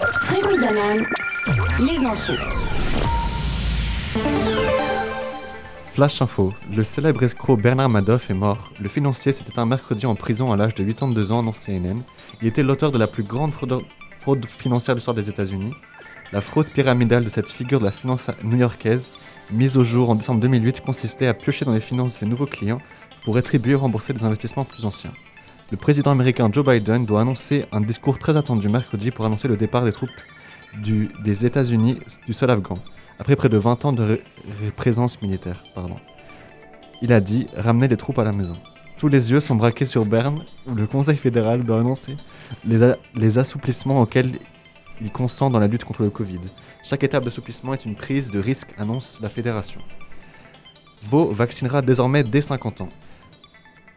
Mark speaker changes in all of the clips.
Speaker 1: Fréquence banane, les infos.
Speaker 2: Flash Info, le célèbre escroc Bernard Madoff est mort. Le financier s'est éteint mercredi en prison à l'âge de 82 ans dans CNN. Il était l'auteur de la plus grande fraude, fraude financière de l'histoire des États-Unis. La fraude pyramidale de cette figure de la finance new-yorkaise, mise au jour en décembre 2008, consistait à piocher dans les finances de ses nouveaux clients pour rétribuer et rembourser des investissements plus anciens. Le président américain Joe Biden doit annoncer un discours très attendu mercredi pour annoncer le départ des troupes du- des États-Unis du sol afghan après près de 20 ans de ré- ré- présence militaire. Pardon. Il a dit ramener les troupes à la maison. Tous les yeux sont braqués sur Berne, où le Conseil fédéral doit annoncer les, a- les assouplissements auxquels il consent dans la lutte contre le Covid. Chaque étape d'assouplissement est une prise de risque, annonce la fédération. Beau vaccinera désormais dès 50 ans.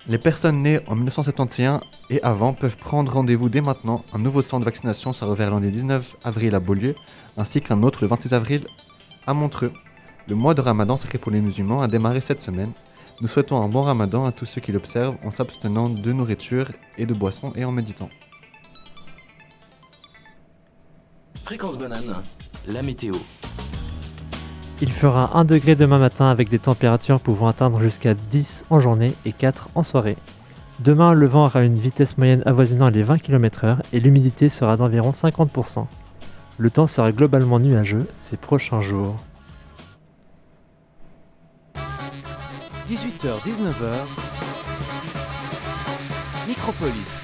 Speaker 2: Les personnes nées en 1971 et avant peuvent prendre rendez-vous dès maintenant. Un nouveau centre de vaccination sera ouvert lundi 19 avril à Beaulieu, ainsi qu'un autre le 26 avril à Montreux. Le mois de Ramadan sacré pour les musulmans a démarré cette semaine. Nous souhaitons un bon Ramadan à tous ceux qui l'observent en s'abstenant de nourriture et de boissons et en méditant.
Speaker 3: Fréquence banane, la météo.
Speaker 4: Il fera 1 degré demain matin avec des températures pouvant atteindre jusqu'à 10 en journée et 4 en soirée. Demain, le vent aura une vitesse moyenne avoisinant les 20 km/h et l'humidité sera d'environ 50%. Le temps sera globalement nuageux ces prochains jours.
Speaker 5: 18h-19h, Micropolis.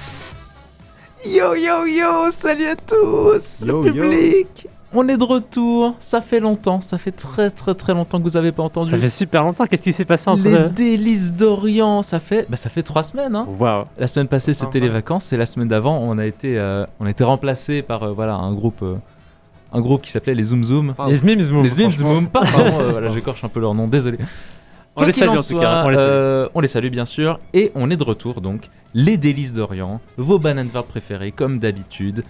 Speaker 6: Yo yo yo, salut à tous,
Speaker 2: Yo,
Speaker 6: le
Speaker 2: yo.
Speaker 6: public. On est de retour. Ça fait longtemps, ça fait très très très longtemps que vous avez pas entendu.
Speaker 4: Ça fait super longtemps, qu'est-ce qui s'est passé entre
Speaker 6: les
Speaker 4: eux
Speaker 6: délices d'Orient, ça fait bah ça fait trois semaines. Hein.
Speaker 4: Waouh
Speaker 6: La semaine passée c'était
Speaker 4: Enfin.
Speaker 6: les vacances et la semaine d'avant on a été euh, on a été remplacé par euh, voilà un groupe euh, un groupe qui s'appelait les Zoom Zoom.
Speaker 2: Ah,
Speaker 4: Les Mims Moves,
Speaker 6: Les Zoom
Speaker 4: franchement.
Speaker 6: Zoom, pas pardon, euh, voilà, j'écorche un peu leur nom, désolé.
Speaker 4: On
Speaker 6: Quoi
Speaker 4: les
Speaker 6: qu'il
Speaker 4: salue en tout
Speaker 6: en soit,
Speaker 4: cas, on les salue.
Speaker 6: euh, on les salue bien sûr. Et on est de retour donc. Les délices d'Orient, vos bananes vertes préférées comme d'habitude.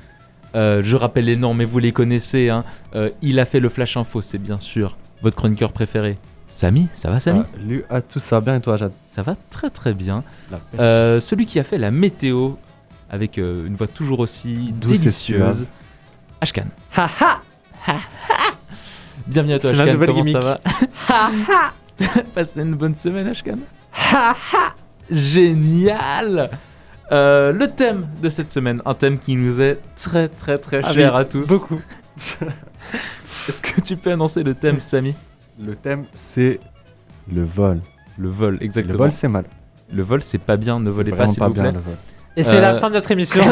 Speaker 6: Euh, je rappelle les noms mais vous les connaissez. hein. Euh, il a fait le flash info, c'est bien sûr votre chroniqueur préféré. Samy, ça va Samy
Speaker 2: Ah, Lu à tout ça, bien et toi Jade
Speaker 6: Ça va très très bien.
Speaker 2: La paix.
Speaker 6: Euh, celui qui a fait la météo avec euh, une voix toujours aussi
Speaker 2: Douce et
Speaker 6: délicieuse.
Speaker 2: suave.
Speaker 6: Ashkan. Bienvenue à toi
Speaker 4: C'est ma
Speaker 6: Ashkan,
Speaker 4: nouvelle
Speaker 6: comment ça
Speaker 4: gimmick.
Speaker 6: va Passez une bonne semaine Ashkan. Génial Euh, Le thème de cette semaine, un thème qui nous est très très très
Speaker 4: Ah
Speaker 6: cher
Speaker 4: oui,
Speaker 6: à tous.
Speaker 4: Beaucoup.
Speaker 6: Est-ce que tu peux annoncer le thème Samy
Speaker 2: Le thème c'est le vol.
Speaker 6: Le vol,
Speaker 2: Le
Speaker 6: exactement.
Speaker 2: vol c'est mal.
Speaker 6: Le vol, c'est pas bien, ne volez pas
Speaker 2: Vraiment
Speaker 6: s'il vous
Speaker 2: bien
Speaker 6: plaît.
Speaker 2: le vol.
Speaker 4: Et c'est la
Speaker 6: Euh,
Speaker 4: fin de notre émission.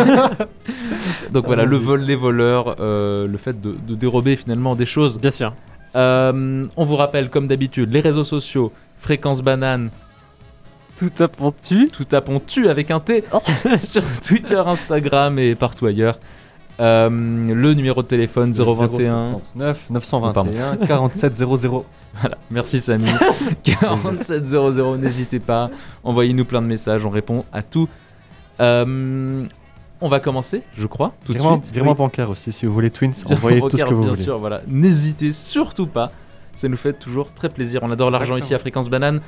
Speaker 6: Donc voilà, le
Speaker 2: Allons-y.
Speaker 6: vol des voleurs, euh, le fait de, de dérober finalement des choses.
Speaker 4: Bien sûr.
Speaker 6: Euh, on vous rappelle, comme d'habitude, les réseaux sociaux, Fréquence Banane,
Speaker 4: Tout à pour tu. Oh.
Speaker 6: tout à tue avec un T, sur Twitter, Instagram et partout ailleurs. Euh, le numéro de téléphone 021.
Speaker 2: 079
Speaker 6: 921,
Speaker 2: 921 4700.
Speaker 6: Voilà, merci Samy. 4700, n'hésitez pas. Envoyez-nous plein de messages, on répond à tout. Euh, on va commencer, je crois, tout de
Speaker 2: Vraiment,
Speaker 6: suite.
Speaker 2: vraiment bancaire aussi, si vous voulez Twins,
Speaker 6: Bien
Speaker 2: envoyez tout ce
Speaker 6: bancaire,
Speaker 2: que vous
Speaker 6: bien
Speaker 2: voulez.
Speaker 6: sûr, voilà. N'hésitez surtout pas. Ça nous fait toujours très plaisir. On adore l'argent
Speaker 2: Exactement.
Speaker 6: ici à Fréquence Banane.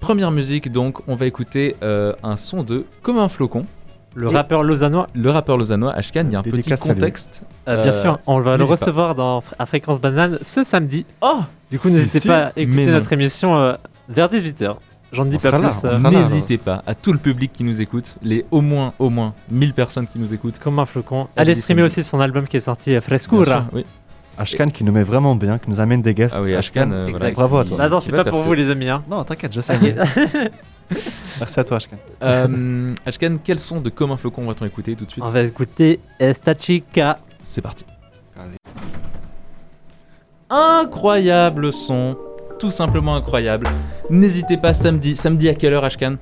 Speaker 6: Première musique, donc, on va écouter euh, un son de Comme un flocon.
Speaker 4: Le rappeur lausannois.
Speaker 6: Le rappeur lausannois Ashkan, il y a un
Speaker 2: Dédicace
Speaker 6: petit
Speaker 2: à lui.
Speaker 6: contexte.
Speaker 4: Euh, bien
Speaker 6: Euh,
Speaker 4: sûr, on va le
Speaker 6: n'hésite pas.
Speaker 4: recevoir dans, à Fréquence Banane ce samedi.
Speaker 6: Oh
Speaker 4: Du coup,
Speaker 6: Si,
Speaker 4: n'hésitez
Speaker 6: si,
Speaker 4: pas à
Speaker 6: mais
Speaker 4: écouter
Speaker 6: non.
Speaker 4: notre émission euh, vers 18h. J'en dis
Speaker 2: On
Speaker 4: pas
Speaker 2: sera là,
Speaker 4: plus.
Speaker 2: on
Speaker 4: euh,
Speaker 2: sera là.
Speaker 6: Oh, N'hésitez pas, à tout le public qui nous écoute, les au moins, au moins 1000 personnes qui nous écoutent.
Speaker 4: comme un flocon.
Speaker 6: Ah,
Speaker 4: Allez
Speaker 6: dis
Speaker 4: streamer
Speaker 6: samedi.
Speaker 4: aussi son album qui est sorti, euh,
Speaker 6: Bien
Speaker 4: Frescura.
Speaker 6: sûr, oui.
Speaker 2: Ashkan qui nous met vraiment bien, qui nous amène des guests.
Speaker 6: Ah oui, Ashkan, euh,
Speaker 4: exact.
Speaker 6: voilà,
Speaker 2: Bravo à
Speaker 6: qui-
Speaker 2: toi.
Speaker 4: Bah, attends,
Speaker 6: qui
Speaker 4: c'est
Speaker 6: va
Speaker 4: pas pour
Speaker 6: percer.
Speaker 4: vous les amis. Hein.
Speaker 2: Non, t'inquiète, je sais. mais- Merci à toi Ashkan.
Speaker 6: Euh, Ashkan, quel son de Comme un flocon va-t-on écouter tout de suite
Speaker 4: On va écouter Esta Chica.
Speaker 6: C'est parti. Incroyable son, tout simplement incroyable. N'hésitez pas samedi, samedi à quelle heure Ashkan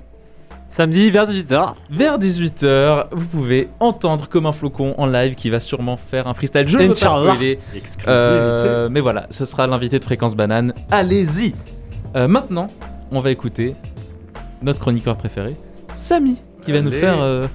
Speaker 4: Samedi vers 18h.
Speaker 6: Vers 18h, vous pouvez entendre comme un flocon en live qui va sûrement faire un freestyle. Je ne veux pas
Speaker 4: Inch'Allah.
Speaker 6: spoiler, euh, mais voilà, ce sera l'invité de Fréquence Banane. Allez-y Euh, Maintenant, on va écouter notre chroniqueur préféré, Samy, qui va nous
Speaker 2: Allez.
Speaker 6: faire euh,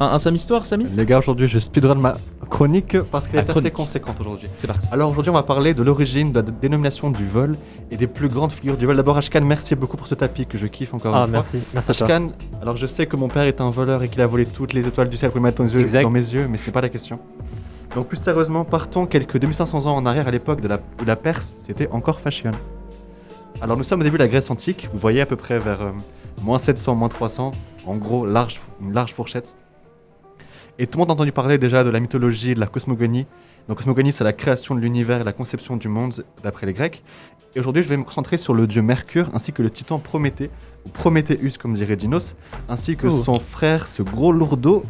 Speaker 6: un, un Sam Histoire, Samy
Speaker 2: Les gars, aujourd'hui, je speedrun ma chronique parce qu'elle
Speaker 6: La
Speaker 2: est assez
Speaker 6: chronique.
Speaker 2: conséquente aujourd'hui.
Speaker 6: C'est parti.
Speaker 2: Alors aujourd'hui, on va parler de l'origine, de la dénomination du vol et des plus grandes figures du vol. D'abord, Ashkan, merci beaucoup pour ce tapis que je kiffe encore
Speaker 4: Ah,
Speaker 2: une fois.
Speaker 4: merci. Merci à toi.
Speaker 2: Ashkan, alors je sais que mon père est un voleur et qu'il a volé toutes les étoiles du ciel pour mettre dans mes yeux,
Speaker 4: Exact.
Speaker 2: dans mes yeux mais ce n'est pas la question. Donc plus sérieusement, partons quelques 2500 ans en arrière à l'époque de la, où la Perse, c'était encore fashion. Alors nous sommes au début de la Grèce antique, vous voyez à peu près vers euh, moins 700, moins 300, en gros large, une large fourchette. Et tout le monde a entendu parler déjà de la mythologie, de la cosmogonie. Donc cosmogonie c'est la création de l'univers et la conception du monde d'après les Grecs. Et aujourd'hui je vais me concentrer sur le dieu Mercure ainsi que le titan Prométhée, ou Prométhéeus comme dirait Dinos, ainsi que
Speaker 4: Oh.
Speaker 2: son frère, ce gros lourdeau.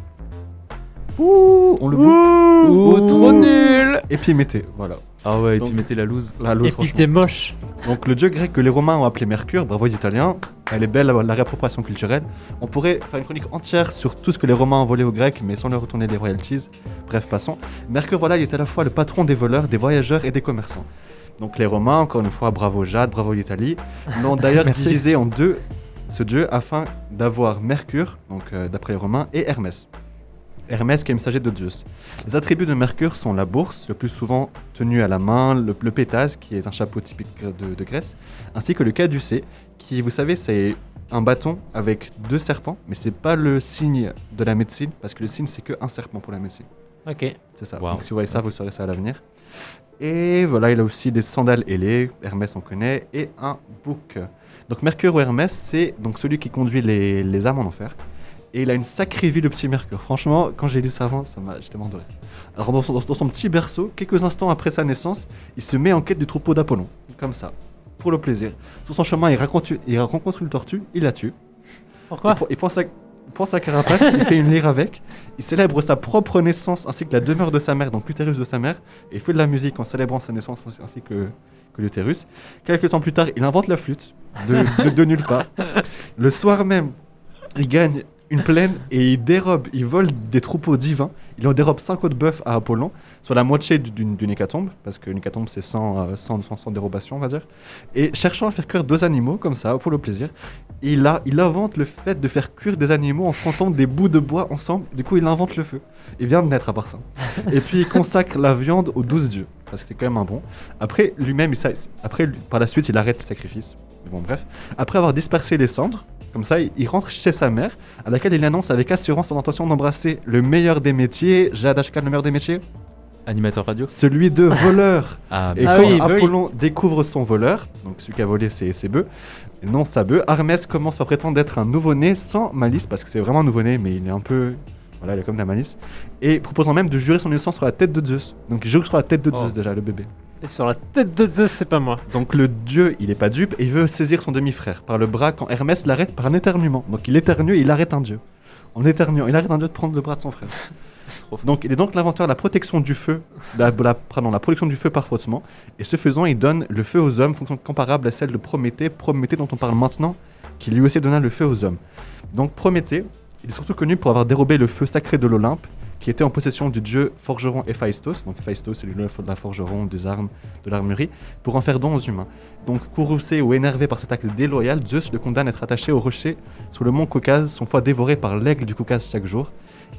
Speaker 2: Ouh, on le bouffe.
Speaker 6: Ouh, trop nul
Speaker 2: Et puis Mété, voilà.
Speaker 6: Ah ouais, et
Speaker 2: Donc-
Speaker 6: puis mettez la loose.
Speaker 2: Là, l'autre,
Speaker 4: Et puis
Speaker 2: franchement.
Speaker 4: t'es moche.
Speaker 2: Donc le dieu grec que les Romains ont appelé Mercure, bravo les Italiens, elle est belle la, la réappropriation culturelle. On pourrait faire une chronique entière sur tout ce que les Romains ont volé aux Grecs, mais sans leur retourner les royalties. Bref, passons. Mercure, voilà, il est à la fois le patron des voleurs, des voyageurs et des commerçants. Donc les Romains, encore une fois, bravo Jade, bravo l'Italie, l'ont d'ailleurs
Speaker 6: Merci.
Speaker 2: divisé en deux ce dieu afin d'avoir Mercure, donc euh, d'après les Romains, et Hermès. Hermès qui est le messager de Zeus. Les attributs de Mercure sont la bourse, le plus souvent tenue à la main, le, le pétase, qui est un chapeau typique de, de Grèce, ainsi que le caducée, qui, vous savez, c'est un bâton avec deux serpents, mais c'est pas le signe de la médecine, parce que le signe, c'est qu'un serpent pour la médecine.
Speaker 4: Ok.
Speaker 2: C'est ça.
Speaker 6: Wow.
Speaker 2: Donc si vous voyez ça, vous saurez ça à l'avenir. Et voilà, il a aussi des sandales ailées, Hermès on connaît, et un bouc. Donc Mercure ou Hermès, c'est donc celui qui conduit les, les âmes en enfer. Et il a une sacrée vie, le petit Mercure. Franchement, quand j'ai lu ça avant, ça m'a, j'étais mort de rire. Alors dans son, dans son- dans son petit berceau, quelques instants après sa naissance, il se met en quête du troupeau d'Apollon. Comme ça, pour le plaisir. Sur son chemin, il, raconte- il rencontre une tortue, il la tue.
Speaker 4: Pourquoi
Speaker 2: Il prend- il prend sa, il prend sa carapace, il fait une lyre avec, il célèbre sa propre naissance ainsi que la demeure de sa mère, donc l'utérus de sa mère, et il fait de la musique en célébrant sa naissance ainsi- ainsi que, que l'utérus. Quelques temps plus tard, il invente la flûte, de, de- de nulle part. Le soir même, il gagne une plaine et il dérobe, il vole des troupeaux divins, il en dérobe 5 autres bœufs à Apollon, soit la moitié du- d'une d'une hécatombe, parce qu'une hécatombe c'est 100, euh, 100, 100, 100 dérobations on va dire, et cherchant à faire cuire deux animaux comme ça, pour le plaisir, il, a, il invente le fait de faire cuire des animaux en frottant des bouts de bois ensemble. Du coup, il invente le feu. Il vient de naître à part ça. Et puis, il consacre la viande aux douze dieux. Parce que c'est quand même un bon. Après, lui-même, il s'a- après, lui- par la suite, il arrête le sacrifice. Mais Bon, bref. Après avoir dispersé les cendres, comme ça, il, il rentre chez sa mère, à laquelle il annonce avec assurance son intention d'embrasser le meilleur des métiers. Jade Ashkan, le meilleur des métiers
Speaker 6: Animateur radio
Speaker 2: Celui de voleur
Speaker 6: Ah,
Speaker 2: et
Speaker 6: mais-
Speaker 4: Ah
Speaker 2: quand
Speaker 4: oui, bah oui.
Speaker 2: Apollon découvre son voleur, donc celui qui a volé ses, ses bœufs, non sa bœuf, Hermès commence par prétendre être un nouveau-né sans malice, parce que c'est vraiment un nouveau-né, mais il est un peu. Voilà, il a comme de la malice. Et proposant même de jurer son innocence sur la tête de Zeus. Donc il jure sur la tête de
Speaker 6: Oh.
Speaker 2: Zeus déjà, le bébé.
Speaker 4: Et sur la tête de Zeus, c'est pas moi.
Speaker 2: Donc le dieu, il est pas dupe et il veut saisir son demi-frère par le bras quand Hermès l'arrête par un éternuement. Donc il éternue et il arrête un dieu. En éternuant, il arrête un dieu de prendre le bras de son frère.
Speaker 6: Trop fort.
Speaker 2: donc il est donc l'inventeur de la protection du feu, de la, la- pardon, la production du feu par frottement. Et ce faisant, il donne le feu aux hommes, fonction comparable à celle de Prométhée, Prométhée dont on parle maintenant, qui lui aussi donna le feu aux hommes. Donc Prométhée, il est surtout connu pour avoir dérobé le feu sacré de l'Olympe, qui était en possession du dieu forgeron Héphaïstos. Donc Héphaïstos, c'est le dieu de la forgeron, des armes, de l'armurerie, pour en faire don aux humains. Donc courroucé ou énervé par cet acte déloyal, Zeus le condamne à être attaché au rocher sur le mont Caucase, son foie dévoré par l'aigle du Caucase chaque jour,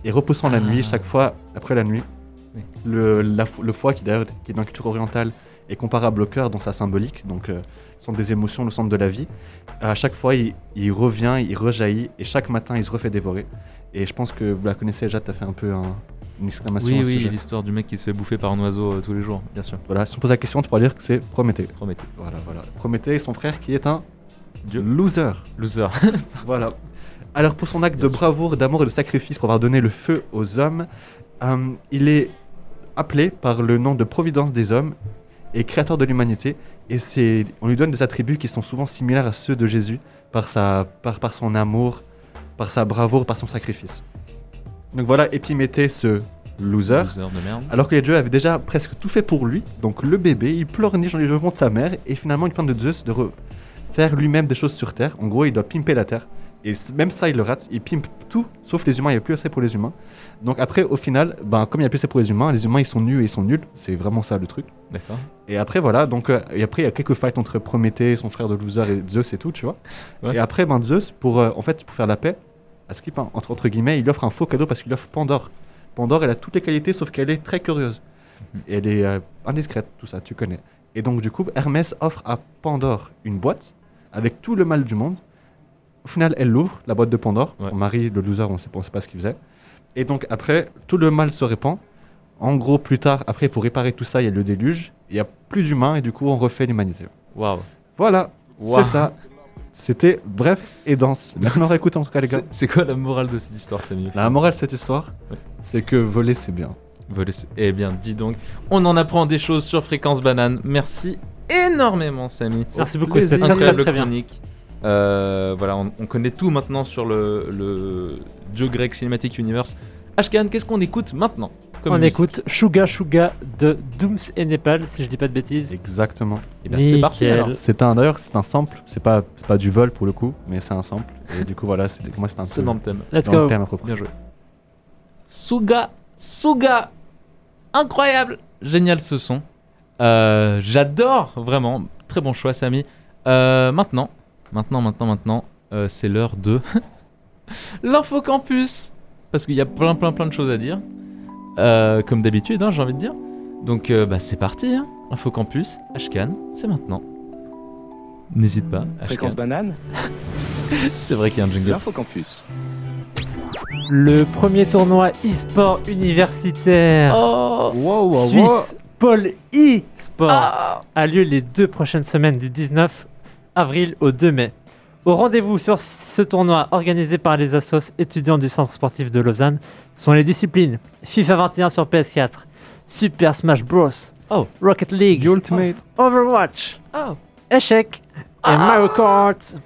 Speaker 2: et repoussant la nuit, chaque fois après la nuit.
Speaker 6: Ah. Oui.
Speaker 2: Le, la fo- le foie, qui d'ailleurs qui est dans la culture orientale, est comparable au cœur dans sa symbolique, donc euh, centre des émotions, le centre de la vie. À chaque fois, il, il revient, il rejaillit, et chaque matin, il se refait dévorer. Et je pense que vous la connaissez, Jade, t'as fait un peu un- une exclamation
Speaker 6: Oui,
Speaker 2: à ce
Speaker 6: oui,
Speaker 2: sujet.
Speaker 6: l'histoire du mec qui se fait bouffer par un oiseau euh, tous les jours, bien sûr.
Speaker 2: Voilà, si on pose la question, tu pourras dire que c'est Prométhée.
Speaker 6: Promettez.
Speaker 2: Voilà, voilà. Prométhée et son frère qui est un
Speaker 6: Dieu.
Speaker 2: loser.
Speaker 6: Loser.
Speaker 2: Voilà. Alors pour son acte de
Speaker 6: Bien sûr.
Speaker 2: bravoure, d'amour et de sacrifice pour avoir donné le feu aux hommes, euh, il est appelé par le nom de Providence des hommes et créateur de l'humanité. Et c'est, on lui donne des attributs qui sont souvent similaires à ceux de Jésus par, sa, par, par son amour, par sa bravoure, par son sacrifice. Donc voilà, Épiméthée, ce loser. Ah.
Speaker 6: Loser de merde.
Speaker 2: Alors que les dieux avaient déjà presque tout fait pour lui, donc le bébé, il pleurniche dans les jugements de sa mère, et finalement il plaint de Zeus de re- faire lui-même des choses sur Terre. En gros, il doit pimper la Terre. Et c- même ça, il le rate. Il pimpe tout, sauf les humains, il n'y a plus assez pour les humains. Donc après, au final, ben, comme il n'y a plus assez pour les humains, les humains ils sont nus et ils sont nuls. C'est vraiment ça le truc.
Speaker 6: D'accord.
Speaker 2: Et après, voilà, donc euh, et après, il y a quelques fights entre Prométhée, son frère de loser et Zeus et tout, tu vois.
Speaker 6: Ouais.
Speaker 2: Et après, ben, Zeus, pour, euh, en fait, pour faire la paix, à Skip, hein, entre, entre guillemets, il offre un faux cadeau parce qu'il offre Pandore. Pandore, elle a toutes les qualités sauf qu'elle est très curieuse.
Speaker 6: Mhm.
Speaker 2: Et elle est euh, indiscrète, tout ça, tu connais. Et donc, du coup, Hermès offre à Pandore une boîte avec tout le mal du monde. Au final, elle l'ouvre, la boîte de Pandore.
Speaker 6: Ouais.
Speaker 2: Son mari, le loser, on ne sait pas on sait pas ce qu'il faisait. Et donc, après, tout le mal se répand. En gros, plus tard, après, pour réparer tout ça, il y a le déluge. Il n'y a plus d'humains et du coup, on refait l'humanité.
Speaker 6: Waouh.
Speaker 2: Voilà,
Speaker 6: Waouh.
Speaker 2: c'est ça. C'était bref et dense. Merci d'avoir écouté en tout cas, les gars.
Speaker 6: C'est- C'est quoi la morale de cette histoire, Samy
Speaker 2: La morale de cette histoire,
Speaker 6: Ouais.
Speaker 2: c'est que voler, c'est bien.
Speaker 6: Voler, c'est- Eh bien, dis donc, on en apprend des choses sur Fréquence Banane. Merci énormément, Samy.
Speaker 4: Merci
Speaker 2: Au
Speaker 4: beaucoup, c'était
Speaker 2: plaisir.
Speaker 4: très très
Speaker 6: Incroyable
Speaker 4: très bien.
Speaker 6: chronique. Euh, voilà, on, on connaît tout maintenant sur le, le Joe Greg Cinematic Universe. Ashkan, qu'est-ce qu'on écoute maintenant comme
Speaker 4: On
Speaker 6: musique
Speaker 4: écoute Shuga Shuga de Dooms et Népal, si je dis pas de bêtises.
Speaker 2: Exactement.
Speaker 6: Eh bien, c'est parti
Speaker 4: Nickel.
Speaker 6: alors.
Speaker 2: C'est un d'ailleurs, c'est un sample. C'est pas, c'est pas du vol pour le coup, mais c'est un sample. Et du coup, voilà, c'était moi, c'était un
Speaker 6: C'est
Speaker 2: peu
Speaker 6: dans le thème.
Speaker 4: Let's
Speaker 2: dans le
Speaker 4: go.
Speaker 2: thème approprié.
Speaker 6: Bien joué. Suga, Suga, incroyable, génial ce son. Euh, J'adore vraiment, très bon choix, Samy. Euh, maintenant, maintenant, maintenant, maintenant, euh, c'est l'heure de l'info campus parce qu'il y a plein, plein, plein de choses à dire, Euh, comme d'habitude, hein, j'ai envie de dire. Donc, euh, bah, c'est parti, hein. info campus, Ashcan, c'est maintenant. N'hésite pas, Ashcan.
Speaker 5: Fréquence banane,
Speaker 6: C'est vrai qu'il y a un jingle.
Speaker 5: l'info campus.
Speaker 4: Le premier tournoi e-sport universitaire
Speaker 6: Oh,
Speaker 2: Wow, wow,
Speaker 4: suisse Paul e-sport a lieu les deux prochaines semaines du 19 avril au 2 mai. Au rendez-vous sur ce tournoi organisé par les assos étudiants du centre sportif de Lausanne sont les disciplines FIFA 21 sur PS4, Super Smash Bros,
Speaker 6: Oh.
Speaker 4: Rocket League,
Speaker 2: The Ultimate.
Speaker 4: Overwatch,
Speaker 6: Oh.
Speaker 4: Échec et Mario Kart.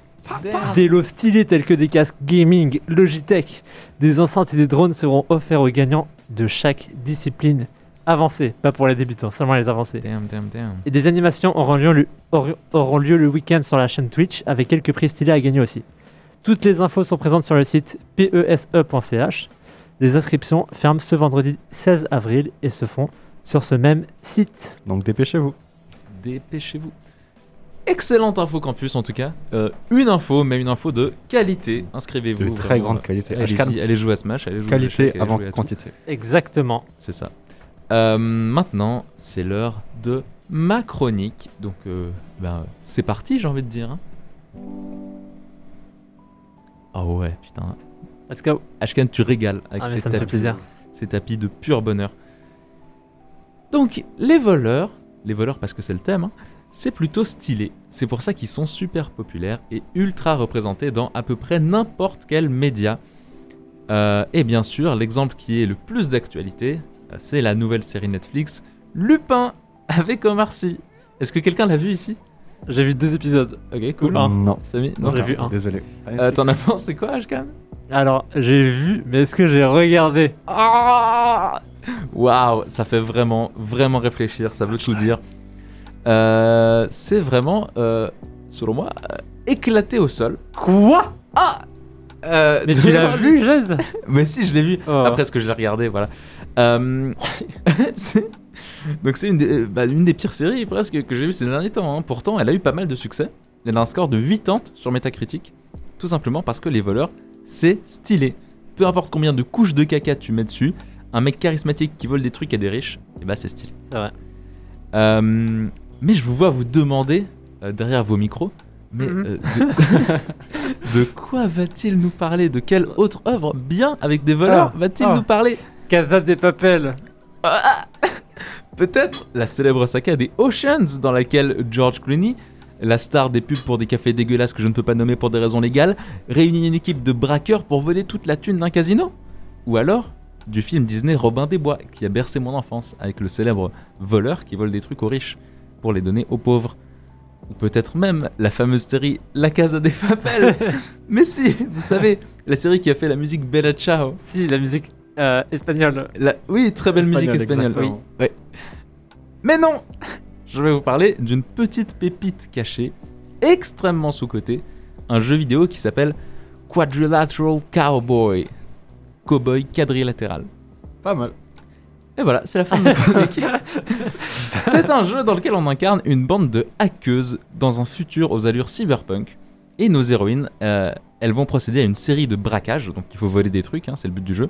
Speaker 4: Des lots stylés tels que des casques gaming, Logitech, des enceintes et des drones seront offerts aux gagnants de chaque discipline avancée. Pas pour les débutants, seulement les avancés.
Speaker 6: Damn, damn, damn.
Speaker 4: Et des animations auront lieu le, aur- auront lieu le week-end sur la chaîne Twitch avec quelques prix stylés à gagner aussi. Toutes les infos sont présentes sur le site E pese.ch. Les inscriptions ferment ce vendredi 16 avril et se font sur ce même site.
Speaker 2: Donc dépêchez-vous.
Speaker 6: Dépêchez-vous. Excellente info campus en tout cas. Euh, une info, mais une info de qualité. Inscrivez-vous.
Speaker 2: De très
Speaker 6: vraiment.
Speaker 2: grande qualité. Ashkan,
Speaker 6: Allez-y, allez jouer à Smash, allez jouer à Échec,
Speaker 2: qualité
Speaker 6: allez
Speaker 2: avant
Speaker 6: jouer à tout.
Speaker 2: quantité.
Speaker 4: Exactement.
Speaker 6: C'est ça. Euh, maintenant, c'est l'heure de ma chronique. Donc, euh, ben, c'est parti, j'ai envie de dire. hein. Ah ouais, putain.
Speaker 4: Let's go.
Speaker 6: Ashkan, tu régales avec
Speaker 4: Ah, mais
Speaker 6: ces
Speaker 4: ça me fait
Speaker 6: tapis-
Speaker 4: plaisir.
Speaker 6: ces tapis de pur bonheur. Donc, les voleurs, les voleurs parce que c'est le thème, hein, c'est plutôt stylé. C'est pour ça qu'ils sont super populaires et ultra représentés dans à peu près n'importe quel média. Euh, et bien sûr, l'exemple qui est le plus d'actualité, euh, c'est la nouvelle série Netflix, Lupin, avec Omar Sy. Est-ce que quelqu'un l'a vu ici
Speaker 4: J'ai vu deux épisodes.
Speaker 6: Ok, cool. hein.
Speaker 4: Ah.
Speaker 2: Non.
Speaker 6: Samy
Speaker 4: Non,
Speaker 6: Non,
Speaker 4: j'ai vu un.
Speaker 2: Désolé.
Speaker 6: Euh, T'en as pensé quoi, Ashkan
Speaker 4: Alors, j'ai vu, mais est-ce que j'ai regardé
Speaker 6: Ah Waouh, ça fait vraiment, vraiment réfléchir, ça veut tout dire. Euh, c'est vraiment, euh, selon moi, euh, éclaté au sol. Ah,
Speaker 4: Quoi
Speaker 6: Euh,
Speaker 4: Mais
Speaker 6: de
Speaker 4: tu l'as
Speaker 6: voir-
Speaker 4: vu, Jade
Speaker 6: Mais si, je l'ai vu.
Speaker 4: Oh.
Speaker 6: Après ce que je l'ai regardé, voilà. Euh, c'est- Donc c'est une, des- euh, bah, une des pires séries presque que j'ai vues ces derniers temps. hein. Pourtant, elle a eu pas mal de succès. Elle a un score de 80 sur Metacritic. Tout simplement parce que les voleurs, c'est stylé. Peu importe combien de couches de caca tu mets dessus, un mec charismatique qui vole des trucs à des riches, et bah c'est stylé.
Speaker 4: C'est vrai.
Speaker 6: Euh, mais je vous vois vous demander, euh, derrière vos micros, mais
Speaker 4: Mhm.
Speaker 6: euh, de... de quoi va-t-il nous parler De quelle autre œuvre, bien avec des voleurs,
Speaker 4: Ah,
Speaker 6: va-t-il
Speaker 4: ah.
Speaker 6: nous parler
Speaker 4: Casa des Papel.
Speaker 6: Peut-être la célèbre saga des Oceans, dans laquelle George Clooney, la star des pubs pour des cafés dégueulasses que je ne peux pas nommer pour des raisons légales, réunit une équipe de braqueurs pour voler toute la thune d'un casino Ou alors du film Disney Robin des Bois, qui a bercé mon enfance, avec le célèbre voleur qui vole des trucs aux riches pour les donner aux pauvres. Ou peut-être même la fameuse série La Casa des Papel Mais si, vous savez, la série qui a fait la musique Bella Ciao.
Speaker 4: Si, la musique euh, espagnole.
Speaker 6: La- Oui, très belle
Speaker 2: Espagnol,
Speaker 6: musique espagnole.
Speaker 2: exactement.
Speaker 6: Oui. Ouais. Mais non Je vais vous parler d'une petite pépite cachée, extrêmement sous-cotée, un jeu vidéo qui s'appelle Quadrilateral Cowboy. Cowboy quadrilatéral.
Speaker 2: Pas mal.
Speaker 6: Et voilà, c'est la fin de ma chronique. c'est un jeu dans lequel on incarne une bande de hackeuses dans un futur aux allures cyberpunk. Et nos héroïnes, euh, elles vont procéder à une série de braquages, donc il faut voler des trucs, hein, c'est le but du jeu.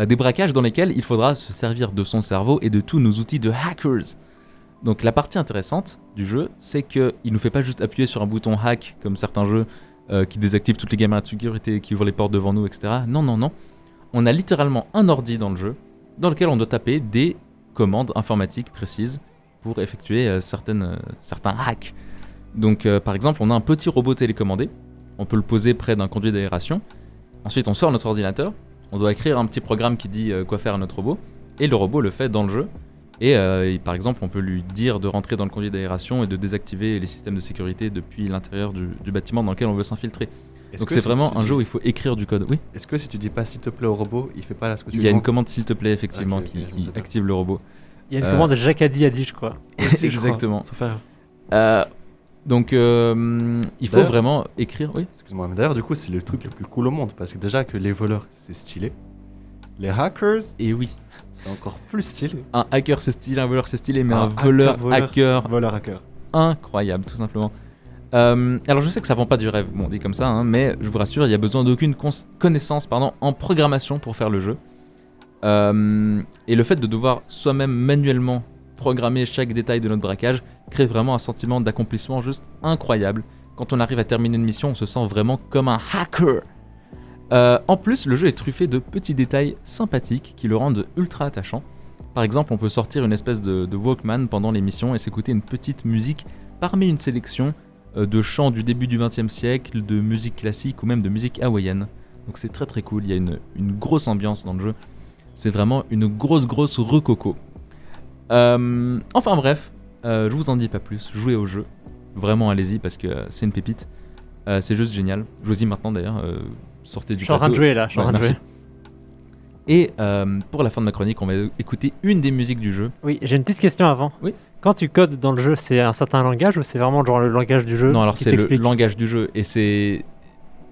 Speaker 6: Euh, des braquages dans lesquels il faudra se servir de son cerveau et de tous nos outils de hackers. Donc la partie intéressante du jeu, c'est qu'il ne nous fait pas juste appuyer sur un bouton hack comme certains jeux euh, qui désactivent toutes les caméras de sécurité, qui ouvrent les portes devant nous, etc. Non, non, non. On a littéralement un ordi dans le jeu dans lequel on doit taper des commandes informatiques précises pour effectuer euh, certaines, euh, certains hacks. Donc euh, par exemple, on a un petit robot télécommandé, on peut le poser près d'un conduit d'aération. Ensuite, on sort notre ordinateur, on doit écrire un petit programme qui dit euh, quoi faire à notre robot, et le robot le fait dans le jeu. Et euh, il- par exemple, on peut lui dire de rentrer dans le conduit d'aération et de désactiver les systèmes de sécurité depuis l'intérieur du, du bâtiment dans lequel on veut s'infiltrer.
Speaker 2: Est-ce
Speaker 6: Donc
Speaker 2: que
Speaker 6: c'est
Speaker 2: si
Speaker 6: vraiment
Speaker 2: tu
Speaker 6: un
Speaker 2: dis-
Speaker 6: jeu où il faut écrire du code. Oui,
Speaker 2: Est-ce que si tu dis pas s'il te plaît au robot, il fait pas ce que tu
Speaker 6: il y a une
Speaker 2: demandes
Speaker 6: commande s'il te plaît effectivement
Speaker 2: Ok, ok,
Speaker 6: qui-
Speaker 2: je me
Speaker 6: qui,
Speaker 2: souviens.
Speaker 6: active le robot.
Speaker 4: Il y a une
Speaker 6: Euh,
Speaker 4: commande Jacadi à dit, je crois.
Speaker 2: Aussi, je crois.
Speaker 6: Exactement.
Speaker 2: Sauf erreur.
Speaker 6: Euh, donc euh, il faut
Speaker 2: D'ailleurs-
Speaker 6: vraiment écrire. Oui.
Speaker 2: Excuse-moi, mais d'ailleurs, du coup, c'est le truc le plus cool au monde parce que déjà que les voleurs, c'est stylé. Les hackers,
Speaker 6: Et oui.
Speaker 2: c'est encore plus stylé.
Speaker 6: Un hacker c'est stylé, un voleur c'est stylé, mais
Speaker 2: Un
Speaker 6: un,
Speaker 2: hacker,
Speaker 6: voleur,
Speaker 2: voleur.
Speaker 6: hacker
Speaker 2: Voleur hacker.
Speaker 6: incroyable, tout simplement. Euh, alors je sais que ça vend pas du rêve, bon dit comme ça, hein, mais je vous rassure, il y a besoin d'aucune cons- connaissance pardon, en programmation pour faire le jeu. Euh, et le fait de devoir soi-même manuellement programmer chaque détail de notre braquage crée vraiment un sentiment d'accomplissement juste incroyable. Quand on arrive à terminer une mission, on se sent vraiment comme un hacker. Euh, en plus, le jeu est truffé de petits détails sympathiques qui le rendent ultra attachant. Par exemple, on peut sortir une espèce de, de Walkman pendant les missions et s'écouter une petite musique parmi une sélection euh, de chants du début du XXe siècle, de musique classique ou même de musique hawaïenne. Donc c'est très très cool, il y a une, une grosse ambiance dans le jeu. C'est vraiment une grosse grosse rococo. Euh, enfin bref, euh, je vous en dis pas plus, jouez au jeu. Vraiment allez-y parce que euh, c'est une pépite. Euh, c'est juste génial. Jouez-y maintenant d'ailleurs, euh, sortez
Speaker 4: Je
Speaker 6: du
Speaker 4: suis en train
Speaker 6: plateau.
Speaker 4: de jouer là, je suis en
Speaker 6: Ouais,
Speaker 4: train de
Speaker 6: merci.
Speaker 4: jouer.
Speaker 6: Et euh, pour la fin de ma chronique, on va écouter une des musiques du jeu.
Speaker 4: Oui, j'ai une petite question avant.
Speaker 6: Oui.
Speaker 4: Quand tu codes dans le jeu, c'est un certain langage ou c'est vraiment genre le langage du jeu
Speaker 6: Non, alors
Speaker 4: qui
Speaker 6: c'est le
Speaker 4: t'explique
Speaker 6: langage du jeu et c'est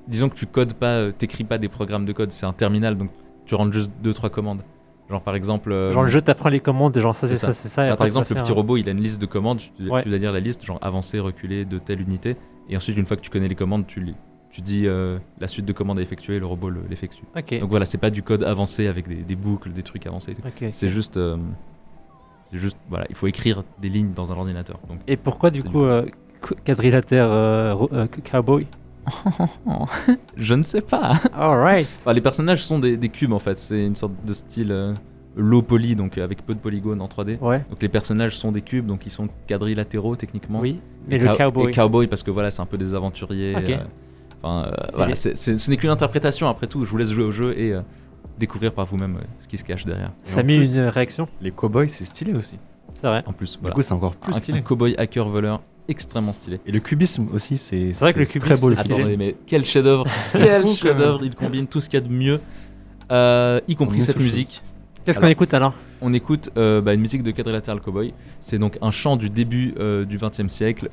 Speaker 6: disons que tu codes pas, euh, t'écris pas des programmes de code, c'est un terminal donc tu rentres juste deux trois commandes. Genre par exemple, euh,
Speaker 4: Genre le jeu t'apprend les commandes, et genre ça
Speaker 6: c'est
Speaker 4: c'est ça,
Speaker 6: ça.
Speaker 4: c'est ça. et
Speaker 6: là, par
Speaker 4: après, tu vas
Speaker 6: exemple le
Speaker 4: faire,
Speaker 6: petit
Speaker 4: euh,
Speaker 6: robot, il a une liste de commandes, tu,
Speaker 4: Ouais.
Speaker 6: tu dois dire la liste genre avancer, reculer de telle unité et ensuite une fois que tu connais les commandes, tu les- tu dis euh, la suite de commandes à effectuer, le robot le- l'effectue.
Speaker 4: Ok.
Speaker 6: Donc voilà, c'est pas du code avancé avec des, des boucles, des trucs avancés. et tout.
Speaker 4: ok.
Speaker 6: C'est juste, euh, c'est juste voilà, il faut écrire des lignes dans un ordinateur. Donc
Speaker 4: Et pourquoi du
Speaker 6: C'est
Speaker 4: coup euh, qu- quadrilatère euh, ro- euh, cowboy
Speaker 6: je ne sais pas.
Speaker 4: Alright.
Speaker 6: Enfin, les personnages sont des, des cubes en fait, c'est une sorte de style euh, low poly, donc euh, avec peu de polygones en 3D.
Speaker 4: Ouais.
Speaker 6: Donc les personnages sont des cubes, donc ils sont quadrilatéraux techniquement.
Speaker 4: Oui. Mais
Speaker 6: Et
Speaker 4: le
Speaker 6: cow-
Speaker 4: cowboy.
Speaker 6: Et cowboy parce que voilà, c'est un peu des aventuriers.
Speaker 4: Ok.
Speaker 6: euh, Enfin euh,
Speaker 4: C'est-
Speaker 6: voilà, c'est- c'est- ce n'est qu'une interprétation après tout, je vous laisse jouer au jeu et euh, découvrir par vous-même euh, ce qui se cache derrière.
Speaker 4: Ça a
Speaker 2: en
Speaker 4: mis
Speaker 2: plus-
Speaker 4: une réaction.
Speaker 2: Les cowboys, c'est stylé aussi.
Speaker 4: C'est vrai.
Speaker 6: En plus,
Speaker 2: Du
Speaker 6: voilà. Ah,
Speaker 2: coup, c'est encore plus
Speaker 6: un, un
Speaker 2: stylé.
Speaker 6: cowboy hacker voleur extrêmement stylé.
Speaker 2: Et le cubisme aussi, c'est
Speaker 4: C'est vrai que le
Speaker 2: c'est
Speaker 4: cubisme,
Speaker 2: très beau le
Speaker 4: c'est
Speaker 2: style.
Speaker 4: stylé.
Speaker 6: Attendez, mais quel chef-d'œuvre Quel chef-d'œuvre Il combine tout ce qu'il y a de mieux, euh, y
Speaker 2: mieux
Speaker 6: compris cette
Speaker 2: touche.
Speaker 6: musique.
Speaker 4: Qu'est-ce qu'on
Speaker 6: Alors-
Speaker 4: écoute alors
Speaker 6: on écoute euh, bah, une musique de Quadrilateral Cowboy. C'est donc un chant du début euh, du XXe siècle.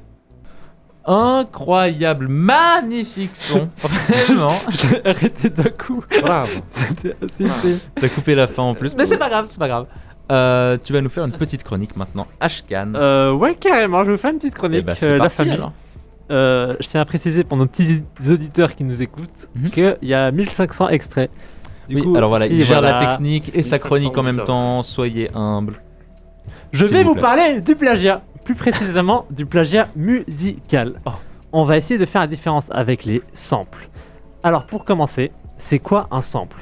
Speaker 6: Incroyable, magnifique son, vraiment.
Speaker 4: Arrêtez d'un coup.
Speaker 2: Bravo.
Speaker 4: C'était assez. c'est-
Speaker 6: T'as coupé la fin en plus, mais c'est pas grave, c'est pas grave. Euh, tu vas nous faire une petite chronique maintenant, Ashkan.
Speaker 4: Euh, ouais carrément. Je vais vous faire une petite
Speaker 6: Eh
Speaker 4: chronique.
Speaker 6: bah,
Speaker 4: euh,
Speaker 6: c'est
Speaker 4: la
Speaker 6: parti
Speaker 4: famille.
Speaker 6: alors.
Speaker 4: Euh, je tiens à préciser pour nos petits auditeurs qui nous écoutent
Speaker 6: Mhm.
Speaker 4: qu'il y a 1500 extraits. Du
Speaker 6: oui,
Speaker 4: coup,
Speaker 6: alors voilà,
Speaker 4: si,
Speaker 6: il gère
Speaker 4: voilà.
Speaker 6: la technique et sa
Speaker 2: 1500
Speaker 6: chronique en même
Speaker 2: auditeurs,
Speaker 6: temps. Soyez humble.
Speaker 4: Je
Speaker 6: S'il
Speaker 4: vais
Speaker 6: vous
Speaker 4: vous
Speaker 6: plaît.
Speaker 4: parler du plagiat, plus précisément du plagiat musical.
Speaker 6: Oh.
Speaker 4: On va essayer de faire la différence avec les samples. Alors pour commencer, c'est quoi un sample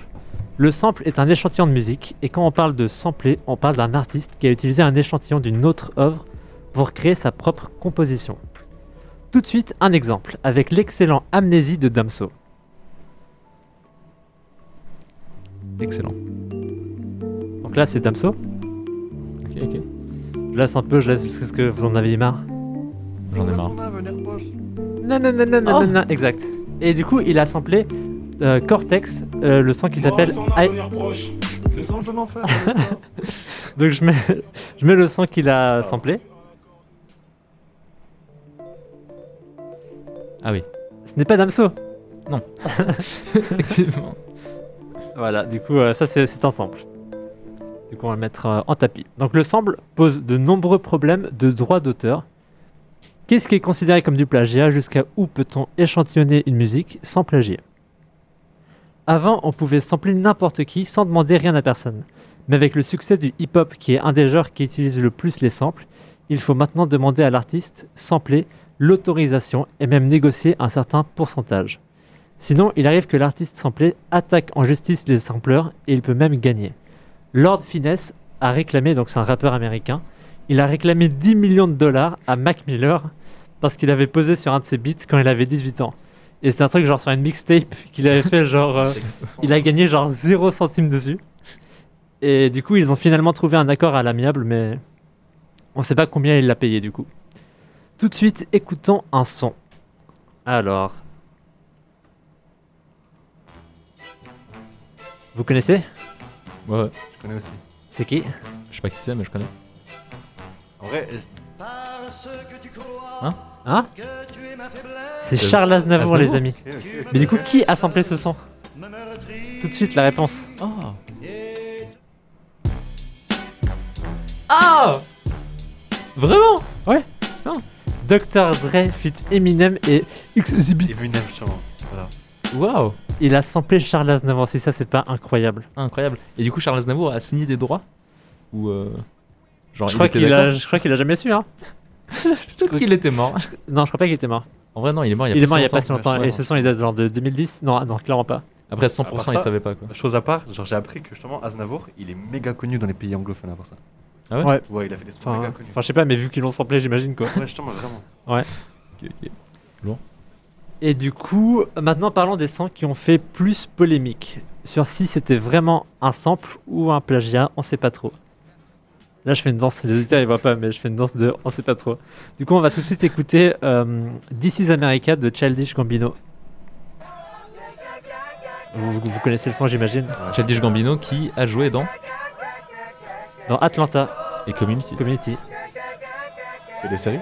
Speaker 4: Le sample est un échantillon de musique et quand on parle de sampler, on parle d'un artiste qui a utilisé un échantillon d'une autre œuvre pour créer sa propre composition. Tout de suite un exemple avec l'excellent Amnésie de Damso.
Speaker 6: Excellent.
Speaker 4: Donc là c'est Damso.
Speaker 6: Ok, ok.
Speaker 4: Je laisse un peu, je laisse parce que vous en avez marre.
Speaker 6: J'en ai marre.
Speaker 4: Non, non, non, non, non, non, non, exact. Et du coup, il a samplé euh, Cortex, euh, le son qui s'appelle. I- Donc je mets, je mets le son qu'il a samplé.
Speaker 6: Ah oui,
Speaker 4: Ce n'est pas Damso.
Speaker 6: effectivement.
Speaker 4: Voilà, du coup, euh, ça c'est c'est un sample. Du coup, on va le mettre euh, en tapis. Donc le sample pose de nombreux problèmes de droit d'auteur. Qu'est-ce qui est considéré comme du plagiat Jusqu'à où peut-on échantillonner une musique sans plagier Avant, on pouvait sampler n'importe qui sans demander rien à personne. Mais avec le succès du hip-hop, qui est un des genres qui utilise le plus les samples, il faut maintenant demander à l'artiste, sampler, l'autorisation et même négocier un certain pourcentage. Sinon, il arrive que l'artiste samplé attaque en justice les sampleurs et il peut même gagner. Lord Finesse a réclamé, donc c'est un rappeur américain, il a réclamé 10 millions de dollars à Mac Miller parce qu'il avait posé sur un de ses beats quand il avait 18 ans. Et c'est un truc genre sur une mixtape qu'il avait fait genre... euh, il a gagné genre 0 centime dessus. Et du coup, ils ont finalement trouvé un accord à l'amiable, mais on sait pas combien il l'a payé du coup. Tout de suite, écoutons un son. Alors. Vous connaissez
Speaker 6: Ouais,
Speaker 2: Je connais aussi.
Speaker 4: C'est qui
Speaker 6: je sais pas qui c'est, mais je connais.
Speaker 2: En vrai,
Speaker 4: Hein C'est
Speaker 6: Euh,
Speaker 4: Charles Aznavour,
Speaker 6: Aznavour
Speaker 4: les amis. Mais du coup, qui a samplé ce son Tout de suite, la réponse.
Speaker 6: Ah
Speaker 4: Ah
Speaker 6: Vraiment
Speaker 4: Dr. Dre fit Eminem et
Speaker 2: Et
Speaker 4: Xzibit.
Speaker 2: Eminem, sûrement.
Speaker 6: Waouh
Speaker 4: Il a samplé Charles Aznavour, si ça c'est pas incroyable.
Speaker 6: Incroyable. Et du coup, Charles Aznavour a signé des droits Ou. euh, Genre,
Speaker 4: Je
Speaker 6: il
Speaker 4: crois
Speaker 6: était
Speaker 4: qu'il
Speaker 6: d'accord
Speaker 4: a, je crois qu'il a jamais su, hein.
Speaker 6: Peut-être qu'il était mort.
Speaker 4: Non, je crois pas qu'il était mort.
Speaker 6: En vrai, non, il est mort il y a
Speaker 4: Il est
Speaker 6: pas
Speaker 4: mort il y a
Speaker 6: si
Speaker 4: pas si
Speaker 6: longtemps.
Speaker 4: longtemps. Et ce son, il date genre de 2010 Non, ah non, clairement pas.
Speaker 6: Après
Speaker 2: À
Speaker 6: 100%,
Speaker 2: part
Speaker 6: il
Speaker 2: ça-
Speaker 6: savait pas quoi.
Speaker 2: Chose à part, genre j'ai appris que justement Aznavour, il est méga connu dans les pays anglophones à part ça.
Speaker 6: Ah ouais
Speaker 4: Ouais.
Speaker 2: Ouais, il a fait des sons
Speaker 4: Enfin,
Speaker 2: méga
Speaker 4: hein.
Speaker 2: connus.
Speaker 4: enfin, je sais pas, mais vu qu'ils l'ont samplé, j'imagine quoi.
Speaker 2: Ouais, justement, vraiment.
Speaker 6: Ok, ok.
Speaker 4: Et du coup, maintenant parlons des sons qui ont fait plus polémique. Sur si c'était vraiment un sample ou un plagiat, on sait pas trop. Là, je fais une danse, les auditeurs ils voient pas, mais je fais une danse de on sait pas trop. Du coup, on va tout de suite écouter euh, This is America de Childish Gambino. Vous, vous connaissez le son, j'imagine
Speaker 6: Childish Gambino qui a joué dans
Speaker 4: Dans Atlanta
Speaker 6: et Community.
Speaker 4: Community.
Speaker 2: C'est des séries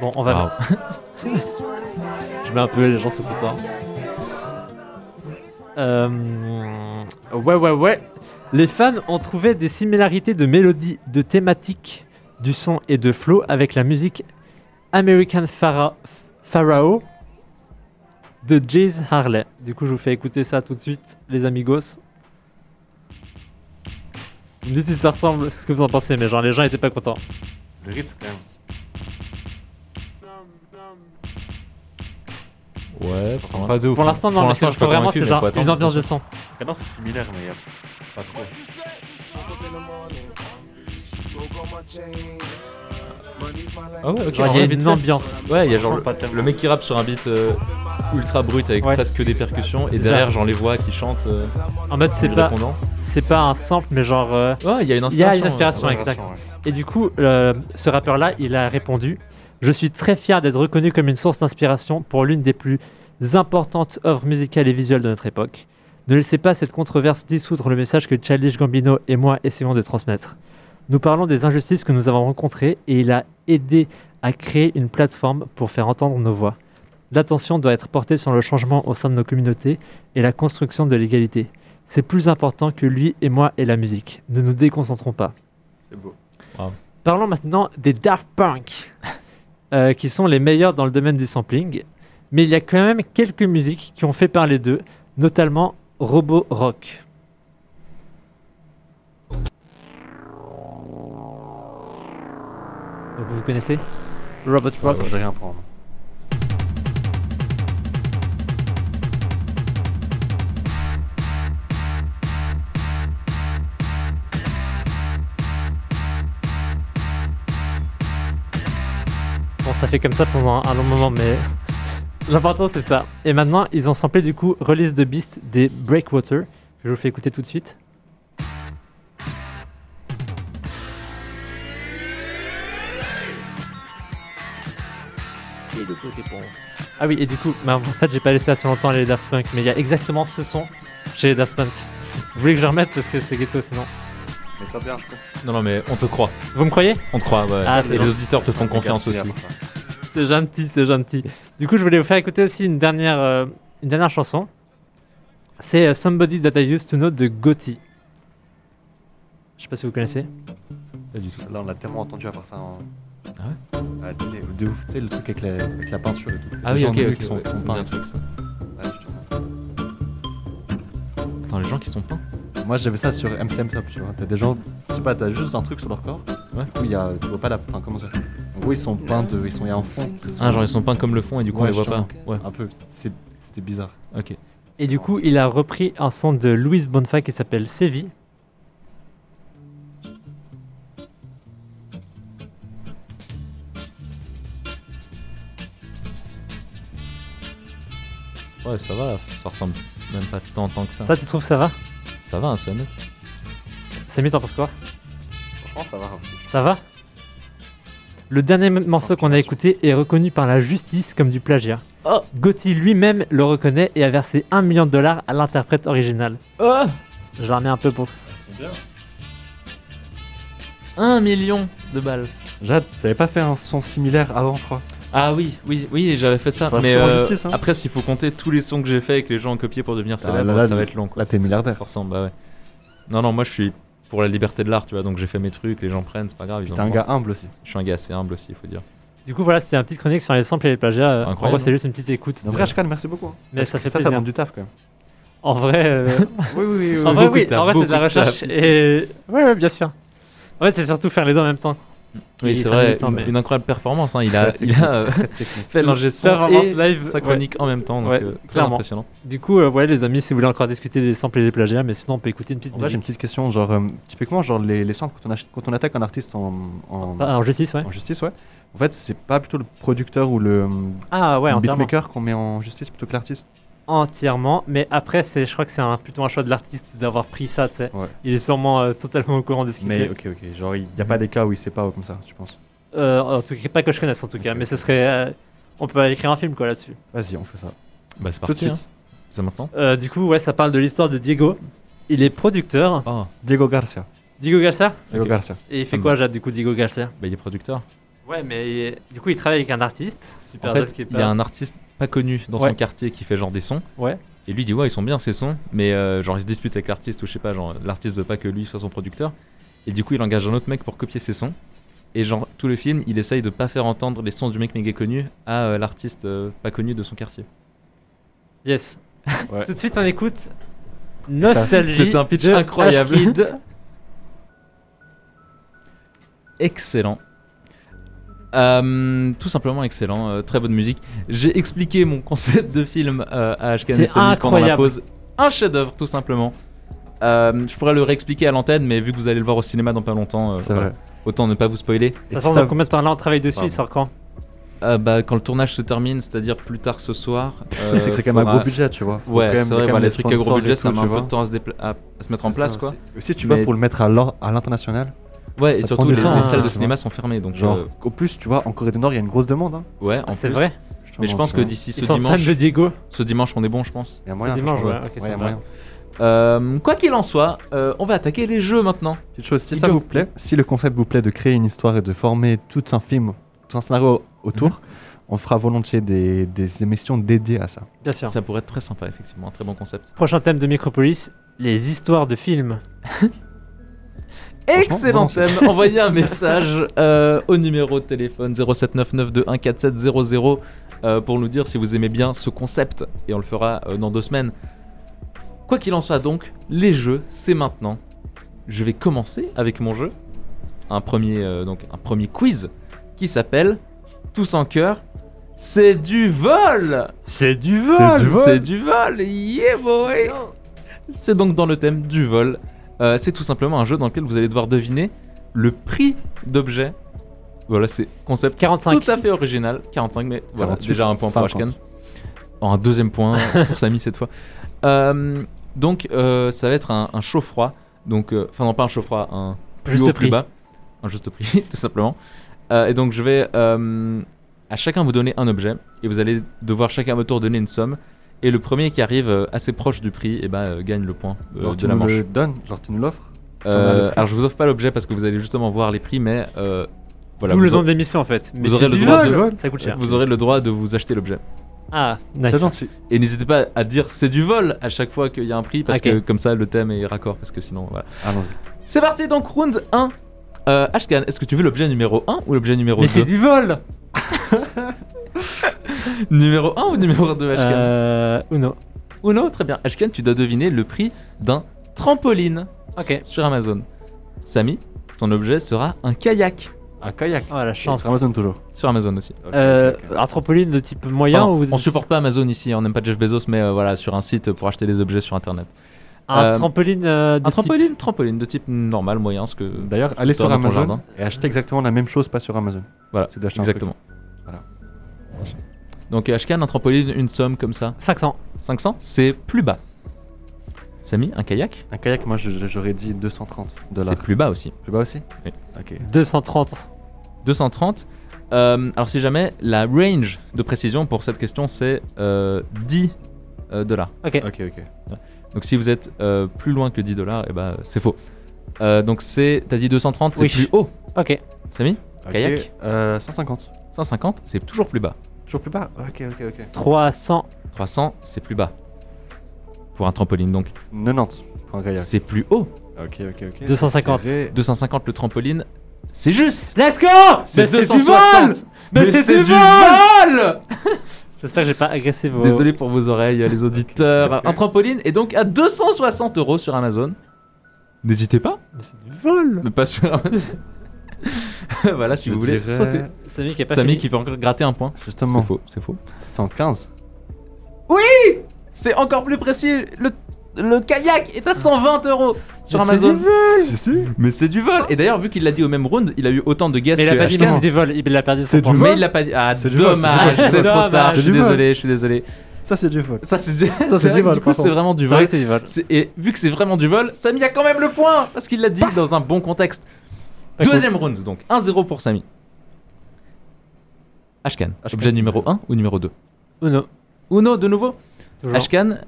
Speaker 4: Bon, on va.
Speaker 6: Waouh.
Speaker 4: Je mets un peu les gens sont contents. Euh, ouais, ouais, ouais. Les fans ont trouvé des similarités de mélodie, de thématique, du son et de flow avec la musique American Phara- Pharaoh de James Harley. Du coup, je vous fais écouter ça tout de suite, les amigos. Vous me dites si ça ressemble, ce que vous en pensez, mais genre les gens étaient pas contents.
Speaker 2: Le rythme, quand même.
Speaker 6: Ouais,
Speaker 2: On sent
Speaker 6: pas.
Speaker 2: pas de ouf.
Speaker 4: Pour l'instant, non,
Speaker 6: Pour
Speaker 4: mais c'est-
Speaker 6: l'instant, je suis pas
Speaker 4: faut vraiment,
Speaker 6: convaincu,
Speaker 4: c'est
Speaker 6: mais
Speaker 4: genre
Speaker 6: faut attendre,
Speaker 4: une ambiance
Speaker 6: bien
Speaker 4: de son.
Speaker 2: hein. Maintenant, c'est similaire, mais y a pas trop.
Speaker 6: Ah ouais, ok.
Speaker 4: Genre,
Speaker 6: on
Speaker 4: il y a
Speaker 6: va vite
Speaker 4: une
Speaker 6: fait.
Speaker 4: ambiance.
Speaker 6: Ouais, il y a genre
Speaker 2: Pas de
Speaker 6: le,
Speaker 2: thème.
Speaker 6: le mec qui rappe sur un beat euh, ultra brut avec
Speaker 4: Ouais.
Speaker 6: presque que des percussions et
Speaker 4: C'est
Speaker 6: derrière
Speaker 4: ça.
Speaker 6: genre les voix qui chantent euh,
Speaker 4: En mode, c'est
Speaker 6: les
Speaker 4: pas,
Speaker 6: répondants.
Speaker 4: c'est pas un sample, mais genre. euh,
Speaker 6: Ouais, il y a une
Speaker 4: Il y
Speaker 6: inspiration. hein.
Speaker 4: a une inspiration,
Speaker 6: ouais.
Speaker 4: exact. Et du coup, euh, ce rappeur-là, il a répondu Je suis très fier d'être reconnu comme une source d'inspiration pour l'une des plus importantes œuvres musicales et visuelles de notre époque. Ne laissez pas cette controverse dissoudre le message que Childish Gambino et moi essayons de transmettre. Nous parlons des injustices que nous avons rencontrées et il a aidé à créer une plateforme pour faire entendre nos voix. L'attention doit être portée sur le changement au sein de nos communautés et la construction de l'égalité. C'est plus important que lui et moi et la musique. Ne nous déconcentrons pas.
Speaker 2: C'est beau.
Speaker 4: Parlons maintenant des Daft Punk, euh, qui sont les meilleurs dans le domaine du sampling. Mais il y a quand même quelques musiques qui ont fait parler d'eux, notamment Robo Rock. Donc vous connaissez Robot Rock
Speaker 2: Ça veut rien prendre.
Speaker 4: Bon, ça fait comme ça pendant un long moment, mais l'important c'est ça. Et maintenant, ils ont samplé du coup Release the Beast des Breakwater, que je vous fais écouter tout de suite. Ah oui, et du coup, bah, en fait, j'ai pas laissé assez longtemps les Daft Punk, mais il y a exactement ce son chez les Daft Punk. Vous voulez que je remette parce que c'est ghetto sinon.
Speaker 2: Mais pas bien, je pense.
Speaker 6: Non, non, mais on te croit.
Speaker 4: Vous me croyez
Speaker 6: On te croit, ouais.
Speaker 4: Ah,
Speaker 6: et
Speaker 4: c'est
Speaker 6: les
Speaker 4: bon.
Speaker 6: auditeurs te font confiance aussi.
Speaker 4: C'est gentil, c'est gentil. Du coup, je voulais vous faire écouter aussi une dernière, euh, une dernière chanson. C'est euh, Somebody That I Used to Know de Gotti. Je sais pas si vous connaissez.
Speaker 6: Pas du tout.
Speaker 2: Là, on l'a tellement entendu à part ça. En...
Speaker 6: Ah
Speaker 2: ouais À la télé, de ouf. Tu sais, le truc avec la, avec la peinture et tout.
Speaker 6: Ah
Speaker 2: Les
Speaker 6: oui,
Speaker 2: gens
Speaker 6: ok,
Speaker 2: nus
Speaker 6: ok.
Speaker 2: qui sont-
Speaker 6: ouais,
Speaker 2: qui
Speaker 6: ça
Speaker 2: sont
Speaker 6: me dit
Speaker 2: peints.
Speaker 6: un truc, ça.
Speaker 2: Ouais, justement.
Speaker 6: Attends, les gens qui sont peints
Speaker 2: Moi, j'avais ça sur MCM Top, tu vois. T'as des gens, je sais pas, t'as juste un truc sur leur corps.
Speaker 6: Ouais.
Speaker 2: Du coup, il y a. Tu vois pas la. Enfin, comment ça En gros, ils sont peints de. Ils sont. Il y a un fond.
Speaker 6: Ah, genre ils sont peints comme le fond et du coup on
Speaker 2: Ouais,
Speaker 6: les voit pas.
Speaker 2: justement.
Speaker 6: Ouais,
Speaker 2: Un peu. c'est- C'était bizarre.
Speaker 6: ok.
Speaker 4: Et du coup, il a repris un son de Louise Bonfa qui s'appelle Séville.
Speaker 6: Ouais, ça va, ça ressemble même pas tant, tant que ça.
Speaker 4: Ça, tu trouves ça va
Speaker 6: Ça va, hein, un sonnet.
Speaker 4: Samy, t'en penses quoi
Speaker 3: Franchement, ça va.
Speaker 4: Ça va Le dernier m- morceau qu'on a écouté est reconnu par la justice comme du plagiat.
Speaker 6: Oh.
Speaker 4: Gotti lui-même le reconnaît et a versé 1 million de dollars à l'interprète original.
Speaker 6: Oh
Speaker 4: Je la remets un peu pour.
Speaker 6: Un million de balles.
Speaker 2: Jade, t'avais pas fait un son similaire avant, je crois.
Speaker 6: Ah oui, oui, oui, j'avais fait ça.
Speaker 2: Faudra
Speaker 6: Mais
Speaker 2: que tu rends
Speaker 6: euh,
Speaker 2: justice, hein.
Speaker 6: après, s'il faut compter tous les sons que j'ai fait et que les gens ont copié pour devenir célèbres,
Speaker 2: là, là,
Speaker 6: ça va
Speaker 2: le-
Speaker 6: être long. Quoi.
Speaker 2: Là, t'es milliardaire.
Speaker 6: Forcément, bah ouais. Non, non, moi je suis pour la liberté de l'art, tu vois, donc j'ai fait mes trucs, les gens prennent, c'est pas grave. Ils en
Speaker 2: T'es un
Speaker 6: prennent.
Speaker 2: gars humble aussi.
Speaker 6: Je suis un gars assez humble aussi, il faut dire.
Speaker 4: Du coup, voilà, c'était un petit chronique sur les samples et les plagiats. Euh, En
Speaker 6: Incroyable.
Speaker 4: gros, c'est juste une petite écoute.
Speaker 2: En
Speaker 4: de-
Speaker 2: vrai, Ashkan, merci beaucoup. hein.
Speaker 4: Mais
Speaker 2: Parce
Speaker 4: ça
Speaker 2: que
Speaker 4: fait
Speaker 2: ça, ça
Speaker 4: plaisir.
Speaker 2: demande du taf quand même.
Speaker 4: En vrai, euh,
Speaker 2: Oui, oui, oui.
Speaker 4: en vrai,
Speaker 6: beaucoup
Speaker 4: oui,
Speaker 6: de taf,
Speaker 4: en vrai, c'est de la
Speaker 6: beaucoup de taf
Speaker 4: recherche.
Speaker 6: ici.
Speaker 4: Et ouais, ouais, bien sûr. Ouais, c'est surtout faire les deux en même temps.
Speaker 6: Oui,
Speaker 4: Oui,
Speaker 6: c'est
Speaker 4: ça
Speaker 6: vrai,
Speaker 4: mérite un
Speaker 6: une,
Speaker 4: mais-
Speaker 6: une incroyable performance. hein, Il a, il a euh, fait l'ingé son
Speaker 4: Performance
Speaker 6: et
Speaker 4: live,
Speaker 6: sa chronique en même temps, donc
Speaker 4: Ouais,
Speaker 6: euh, très
Speaker 4: clairement.
Speaker 6: impressionnant.
Speaker 4: Du coup, euh, ouais, les amis, si vous voulez encore discuter des samples et des plagiats, mais sinon, on peut écouter une petite
Speaker 2: En vrai, j'ai une
Speaker 4: musique.
Speaker 2: petite question. Genre, euh, typiquement, genre les, les centres, quand on, ach- quand on attaque un artiste en, en,
Speaker 4: Ah, en justice, ouais.
Speaker 2: en justice, ouais. En fait, c'est pas plutôt le producteur ou le euh,
Speaker 4: Ah ouais, entièrement.
Speaker 2: beatmaker qu'on met en justice plutôt que l'artiste.
Speaker 4: Entièrement, mais après, c'est, je crois que c'est un, plutôt un choix de l'artiste d'avoir pris ça, tu sais.
Speaker 2: Ouais.
Speaker 4: Il est sûrement euh, totalement au courant de ce qu'il
Speaker 2: Mais
Speaker 4: fait.
Speaker 2: ok, ok. Genre, il y a pas des cas où il sait pas ou comme ça, tu penses.
Speaker 4: Euh, en tout cas, pas que je connaisse en tout cas, mais ce serait. euh, on peut écrire un film quoi là-dessus.
Speaker 2: Vas-y, on fait ça.
Speaker 6: Bah, c'est
Speaker 2: Tout de
Speaker 6: parti, hein.
Speaker 2: suite.
Speaker 6: c'est maintenant.
Speaker 4: Euh, du coup, ouais, ça parle de l'histoire de Diego. Il est producteur.
Speaker 6: Oh,
Speaker 2: Diego Garcia.
Speaker 4: Diego Garcia
Speaker 2: Diego
Speaker 6: Ok.
Speaker 2: Garcia.
Speaker 4: Et il
Speaker 6: Ça
Speaker 4: fait
Speaker 6: me
Speaker 4: quoi, Jade, du coup, Diego Garcia
Speaker 6: bah, il est producteur.
Speaker 4: Ouais, mais du coup, il travaille avec un artiste. Super
Speaker 6: En fait, il y a un artiste pas connu dans
Speaker 4: Ouais.
Speaker 6: son quartier qui fait genre des sons.
Speaker 4: Ouais.
Speaker 6: Et lui dit ouais ils sont bien ces sons, mais euh, genre il se dispute avec l'artiste ou je sais pas, genre l'artiste veut pas que lui soit son producteur. Et du coup il engage un autre mec pour copier ses sons. Et genre tout le film il essaye de pas faire entendre les sons du mec méga connu à euh, l'artiste euh, pas connu de son quartier.
Speaker 4: Yes.
Speaker 2: Ouais.
Speaker 4: tout de suite, on écoute Nostalgie.
Speaker 6: c'est un pitch
Speaker 4: de
Speaker 6: incroyable.
Speaker 4: H-Kid.
Speaker 6: Excellent. Euh, tout simplement excellent, euh, très bonne musique. J'ai expliqué mon concept de film euh, à HKN
Speaker 4: C'est
Speaker 6: Sony pendant la
Speaker 4: incroyable.
Speaker 6: pause. Un chef-d'œuvre, tout simplement. Euh, je pourrais le réexpliquer à l'antenne, mais vu que vous allez le voir au cinéma dans pas longtemps, euh,
Speaker 2: C'est
Speaker 6: voilà.
Speaker 2: vrai.
Speaker 6: autant ne pas vous spoiler.
Speaker 2: Et
Speaker 4: Ça
Speaker 2: si
Speaker 4: sent
Speaker 2: ça-
Speaker 4: dans combien de temps là on travaille dessus,
Speaker 6: Pardon.
Speaker 4: il sort quand
Speaker 6: Euh, bah, quand le tournage se termine, c'est-à-dire plus tard ce soir. euh,
Speaker 2: Oui, c'est que c'est quand même un
Speaker 6: faudra-
Speaker 2: gros budget, tu vois. Faut quand
Speaker 6: Ouais,
Speaker 2: même-
Speaker 6: c'est
Speaker 2: il y a
Speaker 6: vrai,
Speaker 2: quand
Speaker 6: bah,
Speaker 2: même
Speaker 6: les
Speaker 2: des
Speaker 6: trucs à gros
Speaker 2: sponsors et
Speaker 6: budget,
Speaker 2: tout,
Speaker 6: ça met
Speaker 2: tu
Speaker 6: un peu
Speaker 2: vois.
Speaker 6: de temps à se, dépla- à- à se mettre en
Speaker 2: C'est
Speaker 6: place,
Speaker 2: ça
Speaker 6: quoi.
Speaker 2: aussi. Si tu vas
Speaker 6: Mais-
Speaker 2: pour le mettre à l'or- à l'international,
Speaker 6: Ouais,
Speaker 2: Ça
Speaker 6: et
Speaker 2: prend
Speaker 6: surtout,
Speaker 2: du
Speaker 6: les,
Speaker 4: temps,
Speaker 6: les
Speaker 4: hein,
Speaker 6: salles de
Speaker 2: tu vois.
Speaker 6: cinéma sont fermées, donc.
Speaker 2: genre,
Speaker 6: euh,
Speaker 2: au plus, tu vois, en Corée du Nord, il y a une grosse demande. hein.
Speaker 6: ouais, en
Speaker 4: Ah, C'est
Speaker 6: plus.
Speaker 4: vrai
Speaker 6: Mais je pense que
Speaker 2: Ouais.
Speaker 6: d'ici ce
Speaker 4: Ils sont fans
Speaker 6: dimanche,
Speaker 4: de Diego.
Speaker 6: ce dimanche, on est bon, je pense.
Speaker 2: euh, Il y a moyen.
Speaker 4: dimanche,
Speaker 2: franchement,
Speaker 4: ouais, ok,
Speaker 2: il
Speaker 4: ça
Speaker 2: y a
Speaker 4: va.
Speaker 2: moyen.
Speaker 6: Euh, quoi qu'il en soit, euh, on va attaquer les jeux maintenant.
Speaker 2: Petite chose, si
Speaker 6: Il
Speaker 2: ça
Speaker 6: joue.
Speaker 2: vous plaît, si le concept vous plaît de créer une histoire et de former tout un film, tout un scénario autour, on fera volontiers des, des émissions dédiées à ça.
Speaker 4: Bien sûr.
Speaker 6: Ça pourrait être très sympa, effectivement, un très bon concept.
Speaker 4: Prochain thème de Micropolis les histoires de films.
Speaker 6: Excellent
Speaker 2: vraiment, c'est-
Speaker 6: thème. Envoyez un message euh, au numéro de téléphone 07992144700 euh, pour nous dire si vous aimez bien ce concept et on le fera euh, dans deux semaines. Quoi qu'il en soit, donc, les jeux, c'est maintenant. Je vais commencer avec mon jeu, un premier euh, donc un premier quiz qui s'appelle Tous en cœur. C'est du vol.
Speaker 4: C'est du
Speaker 2: vol du vol
Speaker 6: C'est du vol Yeah boy C'est donc dans le thème du vol. Euh, c'est tout simplement un jeu dans lequel vous allez devoir deviner le prix d'objets. Voilà, c'est concept
Speaker 4: 45.
Speaker 6: tout à fait original. 45, mais voilà,
Speaker 2: 48,
Speaker 6: déjà un point pour
Speaker 2: 50.
Speaker 6: Ashkan. Oh, un deuxième point pour Samy cette fois. Euh, donc, euh, ça va être un, un chaud-froid. Donc, euh, enfin, non, pas un chaud-froid, un plus
Speaker 4: Juste
Speaker 6: haut, plus
Speaker 4: prix.
Speaker 6: bas. Un juste prix, tout simplement. Euh, et donc, je vais euh, à chacun vous donner un objet. Et vous allez devoir chacun à votre tour donner une somme. Et le premier qui arrive euh, assez proche du prix, et ben euh, gagne le point euh,
Speaker 2: Genre,
Speaker 6: de
Speaker 2: tu
Speaker 6: la
Speaker 2: nous
Speaker 6: manche.
Speaker 2: le donnes, genre, tu nous l'offres. Si on a le
Speaker 6: Euh,
Speaker 2: prix.
Speaker 6: alors, je vous offre pas l'objet parce que vous allez justement voir les prix, mais euh, voilà.
Speaker 4: D'où
Speaker 6: vous
Speaker 4: le nom
Speaker 6: aurez-
Speaker 4: de l'émission en fait. Mais
Speaker 6: aurez
Speaker 4: c'est
Speaker 6: le
Speaker 4: du
Speaker 6: droit de
Speaker 4: vol. Ça coûte cher.
Speaker 6: vous aurez le droit de vous acheter l'objet.
Speaker 4: Ah,
Speaker 2: C'est
Speaker 4: nice.
Speaker 2: gentil.
Speaker 6: Et n'hésitez pas à dire c'est du vol à chaque fois qu'il y a un prix, parce
Speaker 4: Ok.
Speaker 6: que comme ça le thème est raccord, parce que sinon voilà.
Speaker 2: Allons-y.
Speaker 6: C'est parti donc round 1. Euh, Ashkan, est-ce que tu veux l'objet numéro 1 ou l'objet numéro
Speaker 4: Mais
Speaker 6: 2
Speaker 4: c'est du vol
Speaker 6: Numéro 1 ou numéro 2 Ashkan
Speaker 4: Euh. Uno.
Speaker 6: Ou non, très bien. Ashkan, tu dois deviner le prix d'un trampoline
Speaker 4: Ok.
Speaker 6: sur Amazon. Samy, ton objet sera un kayak.
Speaker 2: Un kayak.
Speaker 4: Oh la
Speaker 2: Sur
Speaker 4: chance.
Speaker 2: Amazon toujours.
Speaker 6: Sur Amazon aussi.
Speaker 3: Ok,
Speaker 4: Euh,
Speaker 3: ok, ok.
Speaker 4: Anthropoline de type moyen
Speaker 6: Pardon,
Speaker 4: ou
Speaker 6: On supporte pas Amazon ici, on n'aime pas Jeff Bezos, mais euh, voilà, sur un site pour acheter des objets sur internet.
Speaker 4: un
Speaker 6: euh,
Speaker 4: trampoline Ah, euh, de
Speaker 6: Un
Speaker 4: type-
Speaker 6: trampoline, trampoline de type normal, moyen, ce que.
Speaker 2: D'ailleurs, allez
Speaker 6: Toi,
Speaker 2: sur
Speaker 6: dans ton
Speaker 2: Amazon
Speaker 6: jardin.
Speaker 2: et achetez exactement la même chose, pas sur Amazon.
Speaker 6: Voilà,
Speaker 2: c'est d'acheter un
Speaker 6: Exactement.
Speaker 2: Voilà.
Speaker 6: Donc HK, un trampoline, une somme comme ça,
Speaker 4: 500.
Speaker 6: 500, c'est plus bas. Samy, un kayak,
Speaker 2: truc. Un kayak, moi, je- je- j'aurais dit 230 dollars.
Speaker 6: c'est plus bas aussi.
Speaker 2: Plus bas aussi
Speaker 6: Oui.
Speaker 2: Ok.
Speaker 4: 230.
Speaker 6: 230. Euh, alors si jamais, la range de précision pour cette question, c'est euh, 10 euh, dollars.
Speaker 2: Ok, ok.
Speaker 6: Donc si vous êtes euh, plus loin que 10 dollars, eh ben, c'est faux. Euh, donc c'est, t'as dit 230, c'est
Speaker 4: Oui.
Speaker 6: plus haut.
Speaker 4: Ok.
Speaker 6: Samy,
Speaker 2: Ok,
Speaker 6: Kayak
Speaker 2: euh, 150.
Speaker 6: 150, c'est toujours plus bas.
Speaker 2: Toujours plus bas Ok, ok, ok.
Speaker 4: 300.
Speaker 6: 300, c'est plus bas. Pour un trampoline, donc
Speaker 2: 90 pour un kayak.
Speaker 6: c'est plus haut.
Speaker 2: Ok, ok, ok.
Speaker 4: 250.
Speaker 2: Serré.
Speaker 6: 250 le trampoline, c'est juste.
Speaker 4: Let's go
Speaker 6: C'est
Speaker 4: Mais du
Speaker 6: 260
Speaker 4: vol Mais c'est du vol
Speaker 6: vol
Speaker 4: J'espère que j'ai pas agressé vos.
Speaker 6: Désolé pour vos oreilles, les auditeurs. Un trampoline est donc à 260 euros sur Amazon. N'hésitez pas,
Speaker 4: Mais c'est du vol
Speaker 6: mais pas sur Amazon. voilà, si
Speaker 2: Je
Speaker 6: vous voulez
Speaker 2: dirais-
Speaker 6: sauter.
Speaker 4: Samy qui a pas
Speaker 6: Samy
Speaker 4: fini.
Speaker 6: qui peut encore gratter un point. C'est
Speaker 2: Justement,
Speaker 6: faux, c'est faux.
Speaker 2: 115.
Speaker 6: C'est encore plus précis, le, le kayak est à 120 euros sur Amazon.
Speaker 2: Si, si.
Speaker 6: Mais c'est du vol Et d'ailleurs, vu qu'il l'a dit au même round, il a eu autant de guesses
Speaker 4: Mais il a
Speaker 6: que
Speaker 4: pas dit
Speaker 6: Ashkan.
Speaker 4: mais c'est du vol, il a perdu son
Speaker 2: C'est
Speaker 4: point.
Speaker 2: du
Speaker 6: Mais
Speaker 2: vol.
Speaker 6: il l'a pas dit. Ah,
Speaker 2: C'est du vol, c'est du vol,
Speaker 6: dommage,
Speaker 2: c'est du
Speaker 6: c'est
Speaker 4: vol.
Speaker 6: trop tard.
Speaker 4: C'est
Speaker 6: Je suis
Speaker 2: du vol.
Speaker 6: désolé, je suis désolé.
Speaker 2: Ça, c'est du vol.
Speaker 6: Ça, c'est du,
Speaker 2: c'est
Speaker 6: c'est
Speaker 2: du
Speaker 6: vrai que
Speaker 2: vol,
Speaker 6: Du coup,
Speaker 2: pardon.
Speaker 6: c'est vraiment du
Speaker 4: C'est vrai
Speaker 6: vol.
Speaker 4: que c'est du vol.
Speaker 6: C'est- Et vu que c'est vraiment du vol, Samy a quand même le point parce qu'il l'a dit dans un bon contexte. Deuxième round donc, 1-0 pour Samy. Ashkan, objet numéro 1 ou numéro 2
Speaker 4: Uno.
Speaker 6: Uno de nouveau
Speaker 4: Toujours.
Speaker 6: Ashkan,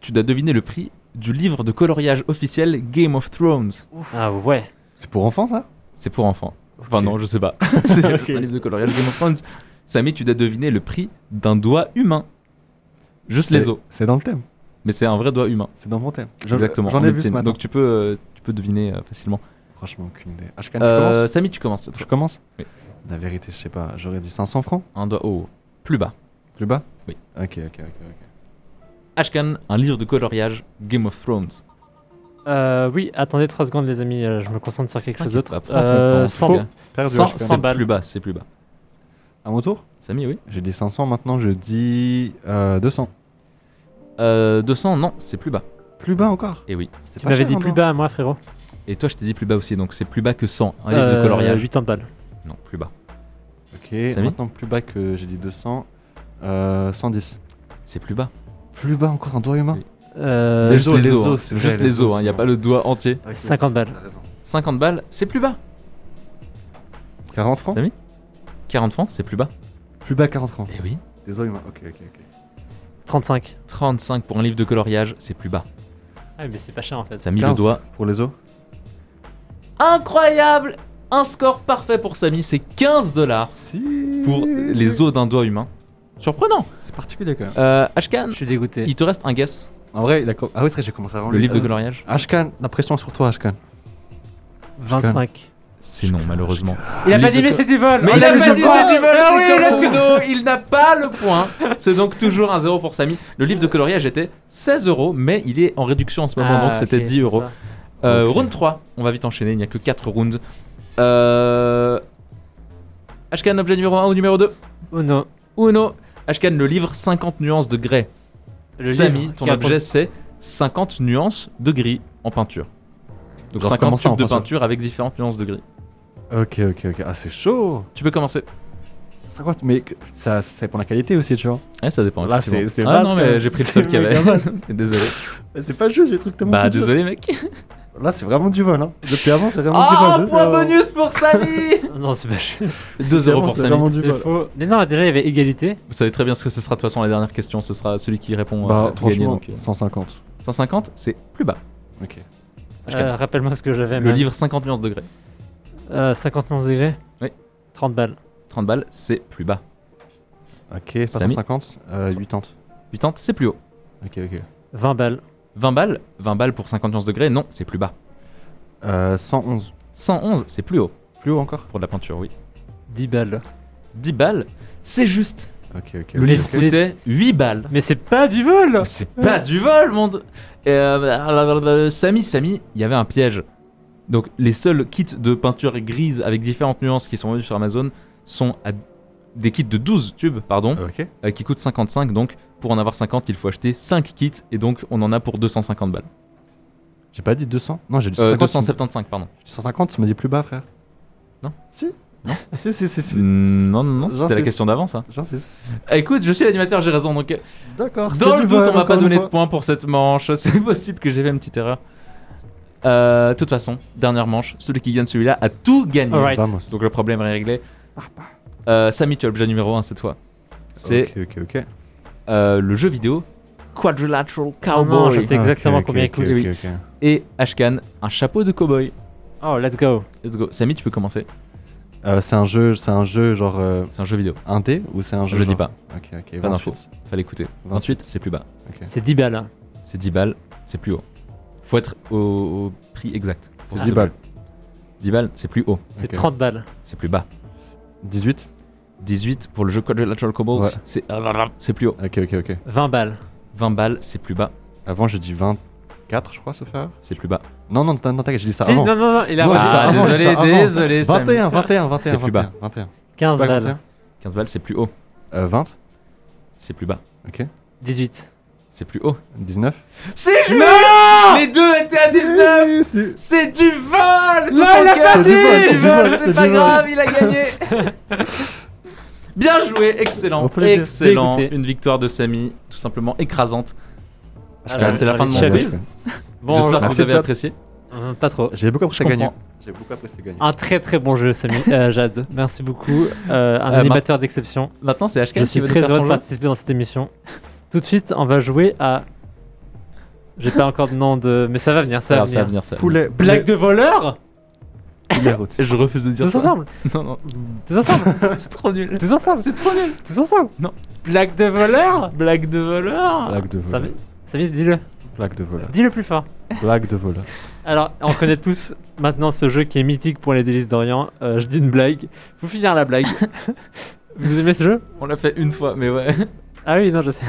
Speaker 6: tu dois deviner le prix du livre de coloriage officiel Game of Thrones.
Speaker 4: Ah ouais.
Speaker 2: C'est pour enfants, ça
Speaker 6: C'est pour enfants. Enfin non, je sais pas. c'est juste un livre de coloriage Game of Thrones. Samy, tu dois deviner le prix d'un doigt humain. Juste les
Speaker 2: C'est-
Speaker 6: os,
Speaker 2: C'est dans le thème.
Speaker 6: mais c'est un vrai doigt humain.
Speaker 2: C'est dans mon thème. Je-
Speaker 6: Exactement.
Speaker 2: J'en
Speaker 6: en
Speaker 2: ai vu ce
Speaker 6: médecine.
Speaker 2: matin.
Speaker 6: Donc tu peux, euh, tu peux deviner euh, facilement.
Speaker 2: Franchement, aucune idée. Ashkan,
Speaker 6: Euh,
Speaker 2: tu
Speaker 6: Samy, tu commences.
Speaker 2: commences Je commence
Speaker 6: Oui.
Speaker 2: La vérité, je sais pas. J'aurais dit 500 francs
Speaker 6: Un doigt haut, plus bas.
Speaker 2: Plus bas
Speaker 6: Oui.
Speaker 2: Ok, ok, ok. ok.
Speaker 6: Ashkan, un livre de coloriage Game of Thrones.
Speaker 4: Euh, oui, attendez 3 secondes les amis, euh, je me concentre sur quelque chose
Speaker 6: T'inquiète
Speaker 4: d'autre.
Speaker 6: pas, prends ton
Speaker 4: Euh,
Speaker 6: temps,
Speaker 4: cent-
Speaker 6: fous.
Speaker 2: Perdu,
Speaker 4: 100,
Speaker 2: Ashkan.
Speaker 4: 100
Speaker 6: C'est
Speaker 4: balles.
Speaker 6: plus bas, c'est plus bas.
Speaker 2: À mon tour
Speaker 6: Samy, oui.
Speaker 2: J'ai dit 500, maintenant je dis euh, 200.
Speaker 6: Euh, 200, non, c'est plus bas.
Speaker 2: Plus bas encore
Speaker 6: Et oui.
Speaker 2: C'est
Speaker 4: Tu
Speaker 2: pas
Speaker 4: m'avais
Speaker 2: cher,
Speaker 4: dit
Speaker 2: hein,
Speaker 4: plus
Speaker 2: non
Speaker 4: bas à moi frérot.
Speaker 6: Et toi, je t'ai dit plus bas aussi, donc c'est plus bas que 100. Un livre
Speaker 2: Euh,
Speaker 6: de coloriage.
Speaker 4: 8 balles.
Speaker 6: Non, plus bas.
Speaker 2: Ok,
Speaker 6: Samy
Speaker 2: maintenant plus bas que j'ai dit 200. Euh, 110.
Speaker 6: C'est plus bas.
Speaker 2: Plus bas encore un doigt humain
Speaker 6: Oui.
Speaker 4: Euh,
Speaker 6: c'est juste
Speaker 2: os,
Speaker 6: les
Speaker 2: les
Speaker 6: os.
Speaker 2: os, c'est
Speaker 6: c'est
Speaker 2: vrai,
Speaker 6: juste
Speaker 2: les
Speaker 6: les os. hein.
Speaker 2: os,
Speaker 6: Il n'y a
Speaker 2: c'est
Speaker 6: pas le doigt entier.
Speaker 4: 50 balles.
Speaker 2: T'as raison.
Speaker 6: 50 balles, c'est plus bas.
Speaker 2: 40 francs
Speaker 6: Samy 40 francs, c'est plus bas.
Speaker 2: Plus bas 40 francs.
Speaker 6: Et oui.
Speaker 2: Des os humains. Ok, ok, ok.
Speaker 4: 35.
Speaker 6: 35 pour un livre de coloriage, c'est plus bas.
Speaker 4: Ah mais c'est pas cher en fait.
Speaker 6: Samy, le
Speaker 2: 15
Speaker 6: doigt.
Speaker 2: Pour les os
Speaker 6: Incroyable Un score parfait pour Samy, c'est 15 dollars.
Speaker 2: Si
Speaker 6: pour les os d'un doigt humain. Surprenant.
Speaker 2: C'est particulier quand même.
Speaker 6: Euh, Ashkan,
Speaker 4: Je suis dégoûté.
Speaker 6: il te reste un guess.
Speaker 2: En vrai, il a com- Ah oui, c'est vrai, j'ai commencé avant
Speaker 6: Le
Speaker 2: lui.
Speaker 6: livre de
Speaker 2: Euh,
Speaker 6: coloriage.
Speaker 2: Ashkan, la pression sur toi, Ashkan.
Speaker 4: 25.
Speaker 6: C'est non, malheureusement.
Speaker 4: Il a
Speaker 6: Livre
Speaker 4: pas
Speaker 6: de
Speaker 4: dit mais
Speaker 6: co-
Speaker 4: c'est du vol.
Speaker 6: Mais
Speaker 4: Oh,
Speaker 6: il a
Speaker 4: c'est
Speaker 6: pas
Speaker 4: du
Speaker 6: dit
Speaker 4: vol.
Speaker 6: c'est du vol,
Speaker 4: Ah oui,
Speaker 6: c'est
Speaker 4: let's
Speaker 6: comme Uno, il n'a pas le point. C'est donc toujours un zéro pour Samy. Le livre de coloriage était 16 euros, mais il est en réduction en ce moment, donc
Speaker 4: Ah,
Speaker 6: c'était
Speaker 4: ok,
Speaker 6: 10 euros.
Speaker 4: ça.
Speaker 6: Euh,
Speaker 2: Ok.
Speaker 6: Round 3, on va vite enchaîner, il n'y a que 4 rounds. Euh... Ashkan, objet numéro 1 ou numéro 2
Speaker 4: Oh non.
Speaker 6: Uno. Ashkan, le livre 50 nuances de Grey.
Speaker 4: Le
Speaker 6: Samy,
Speaker 4: livre
Speaker 6: ton
Speaker 4: qui
Speaker 6: objet c'est 50 nuances de gris en peinture. Donc
Speaker 2: Genre
Speaker 6: 50
Speaker 2: comment ça,
Speaker 6: tubes
Speaker 2: en
Speaker 6: de
Speaker 2: peinture
Speaker 6: peinture avec différentes nuances de gris.
Speaker 2: Ok, ok, ok. Ah, c'est chaud
Speaker 6: Tu peux commencer.
Speaker 2: 50, mais que- ça, c'est pour la qualité aussi, tu vois.
Speaker 6: Ouais, ça dépend.
Speaker 2: Là,
Speaker 6: effectivement.
Speaker 2: c'est- c'est
Speaker 6: ah
Speaker 2: vaste,
Speaker 6: non,
Speaker 2: quand
Speaker 6: mais
Speaker 2: même.
Speaker 6: j'ai pris le
Speaker 2: C'est
Speaker 6: seul qu'il y avait.
Speaker 2: méga vaste.
Speaker 6: désolé.
Speaker 2: C'est pas juste, les trucs tellement.
Speaker 6: Bah,
Speaker 2: foutus.
Speaker 6: désolé, mec.
Speaker 2: Là, c'est vraiment du vol, hein. Depuis avant, c'est vraiment du vol.
Speaker 6: pour Samy
Speaker 4: compense. Non, c'est pas cher.
Speaker 6: 2 euros pour
Speaker 2: C'est vraiment
Speaker 6: Samy.
Speaker 2: du
Speaker 4: C'est
Speaker 2: vol.
Speaker 4: faux. Mais non, déjà il y avait égalité.
Speaker 6: Vous savez très bien ce que ce sera de toute façon la dernière question. Ce sera celui qui répond à
Speaker 2: Bah,
Speaker 6: tout gagner.
Speaker 2: franchement,
Speaker 6: Donc, euh,
Speaker 2: 150.
Speaker 6: 150, c'est plus bas.
Speaker 2: Ok.
Speaker 6: Ashkan.
Speaker 4: Euh, Rappelle-moi ce que j'avais.
Speaker 6: Le
Speaker 4: man.
Speaker 6: livre 50 nuances degrés.
Speaker 4: Euh, 51 degrés.
Speaker 6: Oui.
Speaker 4: 30 balles.
Speaker 6: 30 balles, c'est plus bas.
Speaker 2: Ok, pas
Speaker 6: Samy
Speaker 2: 150, euh, 80.
Speaker 6: 80, c'est plus haut.
Speaker 2: Ok, ok.
Speaker 4: 20 balles.
Speaker 6: 20 balles, 20 balles pour 50 nuances degrés, non, c'est plus bas.
Speaker 2: Euh, 111.
Speaker 6: 111, c'est plus haut.
Speaker 2: Plus haut encore
Speaker 6: Pour de la peinture, oui.
Speaker 4: 10 balles.
Speaker 6: 10 balles, c'est juste.
Speaker 2: Ok, ok.
Speaker 6: Le
Speaker 4: Mais
Speaker 6: livre
Speaker 4: c'est-
Speaker 6: coûtait 8 balles.
Speaker 4: Mais c'est pas du vol
Speaker 6: C'est pas du vol, monde. Et, euh, Samy, Samy, il y avait un piège. Donc les seuls kits de peinture grise avec différentes nuances qui sont vendus sur Amazon sont à des kits de 12 tubes, pardon,
Speaker 2: Ok.
Speaker 6: euh, qui coûtent 55. Donc pour en avoir 50, il faut acheter 5 kits et donc on en a pour 250 balles.
Speaker 2: J'ai pas dit 200 Non, j'ai dit
Speaker 6: Euh,
Speaker 2: 150.
Speaker 6: 275, pardon.
Speaker 2: 150, tu m'as dit plus bas, frère.
Speaker 6: Non.
Speaker 2: Si
Speaker 6: Non.
Speaker 2: Si, si, si, si.
Speaker 6: Mm, Non, non, non, c'était la
Speaker 2: J'insiste.
Speaker 6: question hein. d'avant ça.
Speaker 2: J'insiste.
Speaker 6: Ah, écoute, je suis l'animateur, j'ai raison. Donc euh,
Speaker 2: D'accord.
Speaker 6: Dans le doute, on va pas donner de points pour cette manche. C'est possible que j'ai fait une petite erreur. Euh, De toute façon, dernière manche. Celui qui gagne celui-là a tout gagné.
Speaker 4: Alright.
Speaker 2: Vamos.
Speaker 6: Donc le problème est réglé. Euh, Samy, tu as l'objet numéro 1 cette fois. C'est
Speaker 2: Ok, ok, ok.
Speaker 6: euh, le jeu vidéo Quadrilateral
Speaker 4: Ah
Speaker 6: Cowboy.
Speaker 4: non, je sais
Speaker 2: Ah,
Speaker 4: exactement
Speaker 2: ok, ok,
Speaker 4: combien il
Speaker 2: ok,
Speaker 4: coûte.
Speaker 2: ok,
Speaker 6: Oui.
Speaker 2: ok.
Speaker 6: Et Ashkan, un chapeau de cowboy.
Speaker 4: Oh, let's go.
Speaker 6: Let's go. Samy, tu peux commencer.
Speaker 2: Euh, c'est un jeu, c'est un jeu genre euh,
Speaker 6: C'est un jeu vidéo.
Speaker 2: indé ou c'est un
Speaker 6: Je
Speaker 2: jeu
Speaker 6: le
Speaker 2: genre-
Speaker 6: dis pas.
Speaker 2: Ok, ok.
Speaker 6: Pas
Speaker 2: 28.
Speaker 6: d'infos. Fallait écouter. 28, c'est plus bas.
Speaker 4: C'est 10 balles. hein.
Speaker 6: C'est 10 balles, c'est plus haut. Faut être au, au prix exact.
Speaker 2: C'est 10 balles.
Speaker 6: 10 balles, c'est plus haut.
Speaker 4: C'est
Speaker 2: Ok.
Speaker 4: 30 balles.
Speaker 6: C'est plus bas.
Speaker 2: 18.
Speaker 6: 18 pour le jeu Quadrilateral Cobalt,
Speaker 2: Ouais.
Speaker 6: c'est c'est plus haut.
Speaker 2: Ok, ok, ok.
Speaker 4: 20 balles.
Speaker 6: 20 balles, c'est plus bas,
Speaker 2: Avant, j'ai dit 24, je crois, ce faire.
Speaker 6: c'est plus bas.
Speaker 2: Non, non, non, non, t'inquiète, j'ai dit ça
Speaker 4: Si,
Speaker 2: avant.
Speaker 4: non, non, non, il a
Speaker 2: Non,
Speaker 4: raison.
Speaker 2: j'ai dit ça
Speaker 6: Ah,
Speaker 2: avant, j'ai dit
Speaker 6: désolé,
Speaker 2: ça avant.
Speaker 6: désolé, Sam.
Speaker 2: 21, 21, 21,
Speaker 6: C'est plus bas.
Speaker 2: 21.
Speaker 4: 15
Speaker 2: Pas
Speaker 4: balles.
Speaker 6: 15 balles, c'est plus haut,
Speaker 2: 21. Euh, 20.
Speaker 6: c'est plus bas,
Speaker 4: 18.
Speaker 6: c'est plus haut.
Speaker 2: 19.
Speaker 6: C'est juste Les deux étaient à 19 C'est du vol Tout
Speaker 4: il a
Speaker 6: s'en
Speaker 4: pas
Speaker 6: calme.
Speaker 4: dit
Speaker 6: C'est
Speaker 2: du vol, c'est
Speaker 6: C'est
Speaker 2: du
Speaker 6: pas
Speaker 2: vol.
Speaker 6: grave, il a gagné Bien joué, excellent,
Speaker 2: Au plaisir.
Speaker 6: excellent.
Speaker 4: Dégoûté.
Speaker 6: Une victoire de Samy, tout simplement écrasante.
Speaker 4: Ah,
Speaker 6: Euh, c'est la
Speaker 4: j'ai
Speaker 6: fin de
Speaker 4: envie
Speaker 6: mon
Speaker 4: de
Speaker 6: quiz.
Speaker 4: chialer. Bon,
Speaker 6: J'espère que vous
Speaker 2: merci,
Speaker 6: avez
Speaker 2: chat.
Speaker 6: apprécié.
Speaker 4: euh, pas trop.
Speaker 2: J'ai beaucoup
Speaker 6: Je
Speaker 2: apprécié à gagner.
Speaker 6: comprends.
Speaker 2: J'ai beaucoup apprécié à gagner.
Speaker 4: Un très très bon jeu, Samy. Euh, Jade, merci beaucoup. Euh, un
Speaker 6: Euh,
Speaker 4: animateur d'exception.
Speaker 6: Maintenant, c'est HK
Speaker 4: Je
Speaker 6: qui
Speaker 4: suis
Speaker 6: va nous
Speaker 4: très
Speaker 6: faire
Speaker 4: heureux
Speaker 6: son
Speaker 4: de
Speaker 6: jeu.
Speaker 4: participer dans cette émission. Tout de suite, on va jouer à. J'ai pas encore de nom de. Mais ça va venir, ça va
Speaker 6: Alors,
Speaker 4: venir.
Speaker 6: ça va venir.
Speaker 2: Poulet.
Speaker 4: Blague de voleur
Speaker 2: Poulet route.
Speaker 6: Je refuse de dire
Speaker 4: Tous
Speaker 6: ça.
Speaker 4: ensemble
Speaker 6: Non, non,
Speaker 4: Tous ensemble
Speaker 6: c'est trop nul.
Speaker 4: Tous ensemble
Speaker 6: C'est trop nul.
Speaker 4: Tous ensemble
Speaker 6: Non.
Speaker 4: Blague de voleur Ah,
Speaker 6: Blague de voleur.
Speaker 2: Blague de voleur.
Speaker 4: Samy, Samy, dis-le.
Speaker 2: Blague de voleur.
Speaker 4: Dis-le plus fort.
Speaker 2: Blague de voleur.
Speaker 4: Alors, on connaît tous maintenant ce jeu qui est mythique pour les délices d'Orient. Euh, je dis une blague. Faut finir la blague. Vous aimez ce jeu
Speaker 6: On l'a fait une fois, mais ouais.
Speaker 4: Ah oui, non, je sais.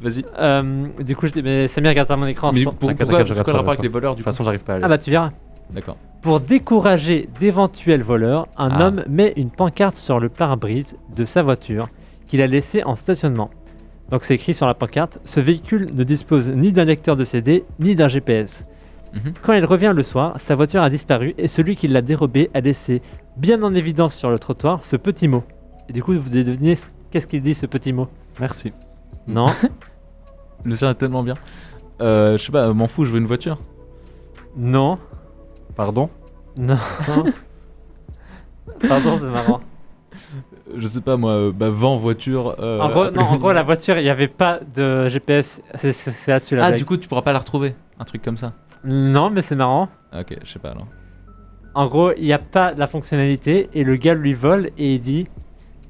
Speaker 6: Vas-y.
Speaker 4: Euh, du coup, je dis, mais Samy, regarde pas mon écran.
Speaker 6: Mais
Speaker 4: attends.
Speaker 6: pour- pourquoi
Speaker 2: t'inquiète, je
Speaker 6: C'est quoi
Speaker 2: rattrape,
Speaker 6: le rapport avec
Speaker 2: je
Speaker 6: les voleurs
Speaker 2: De
Speaker 6: du
Speaker 2: toute
Speaker 6: coup
Speaker 2: façon, j'arrive pas à
Speaker 4: Ah
Speaker 2: aller.
Speaker 4: bah, tu verras.
Speaker 6: D'accord.
Speaker 4: Pour décourager d'éventuels voleurs, un
Speaker 6: Ah.
Speaker 4: homme met une pancarte sur le pare-brise de sa voiture qu'il a laissée en stationnement. Donc c'est écrit sur la pancarte, ce véhicule ne dispose ni d'un lecteur de CD ni d'un GPS.
Speaker 6: Mhm.
Speaker 4: Quand il revient le soir, sa voiture a disparu et celui qui l'a dérobée a laissé bien en évidence sur le trottoir ce petit mot. Et du coup, vous devez deviner ce- qu'est-ce qu'il dit ce petit mot
Speaker 2: Merci.
Speaker 4: Non
Speaker 6: Le sien est tellement bien. Euh, je sais pas, euh, m'en fous, je veux une voiture.
Speaker 4: Non
Speaker 2: Pardon
Speaker 4: Non Hein Pardon, c'est marrant.
Speaker 6: Euh, Je sais pas moi, euh, bah vends voiture. euh,
Speaker 4: En gros,
Speaker 6: appelle-
Speaker 4: non, en gros, la voiture, il n'y avait pas de GPS. C'est c'est- c'est là-dessus la
Speaker 6: Ah,
Speaker 4: blague.
Speaker 6: du coup, tu pourras pas la retrouver. Un truc comme ça.
Speaker 4: Non, mais c'est marrant.
Speaker 6: Ah, ok, je sais pas alors.
Speaker 4: En gros, il n'y a pas la fonctionnalité et le gars lui vole et il dit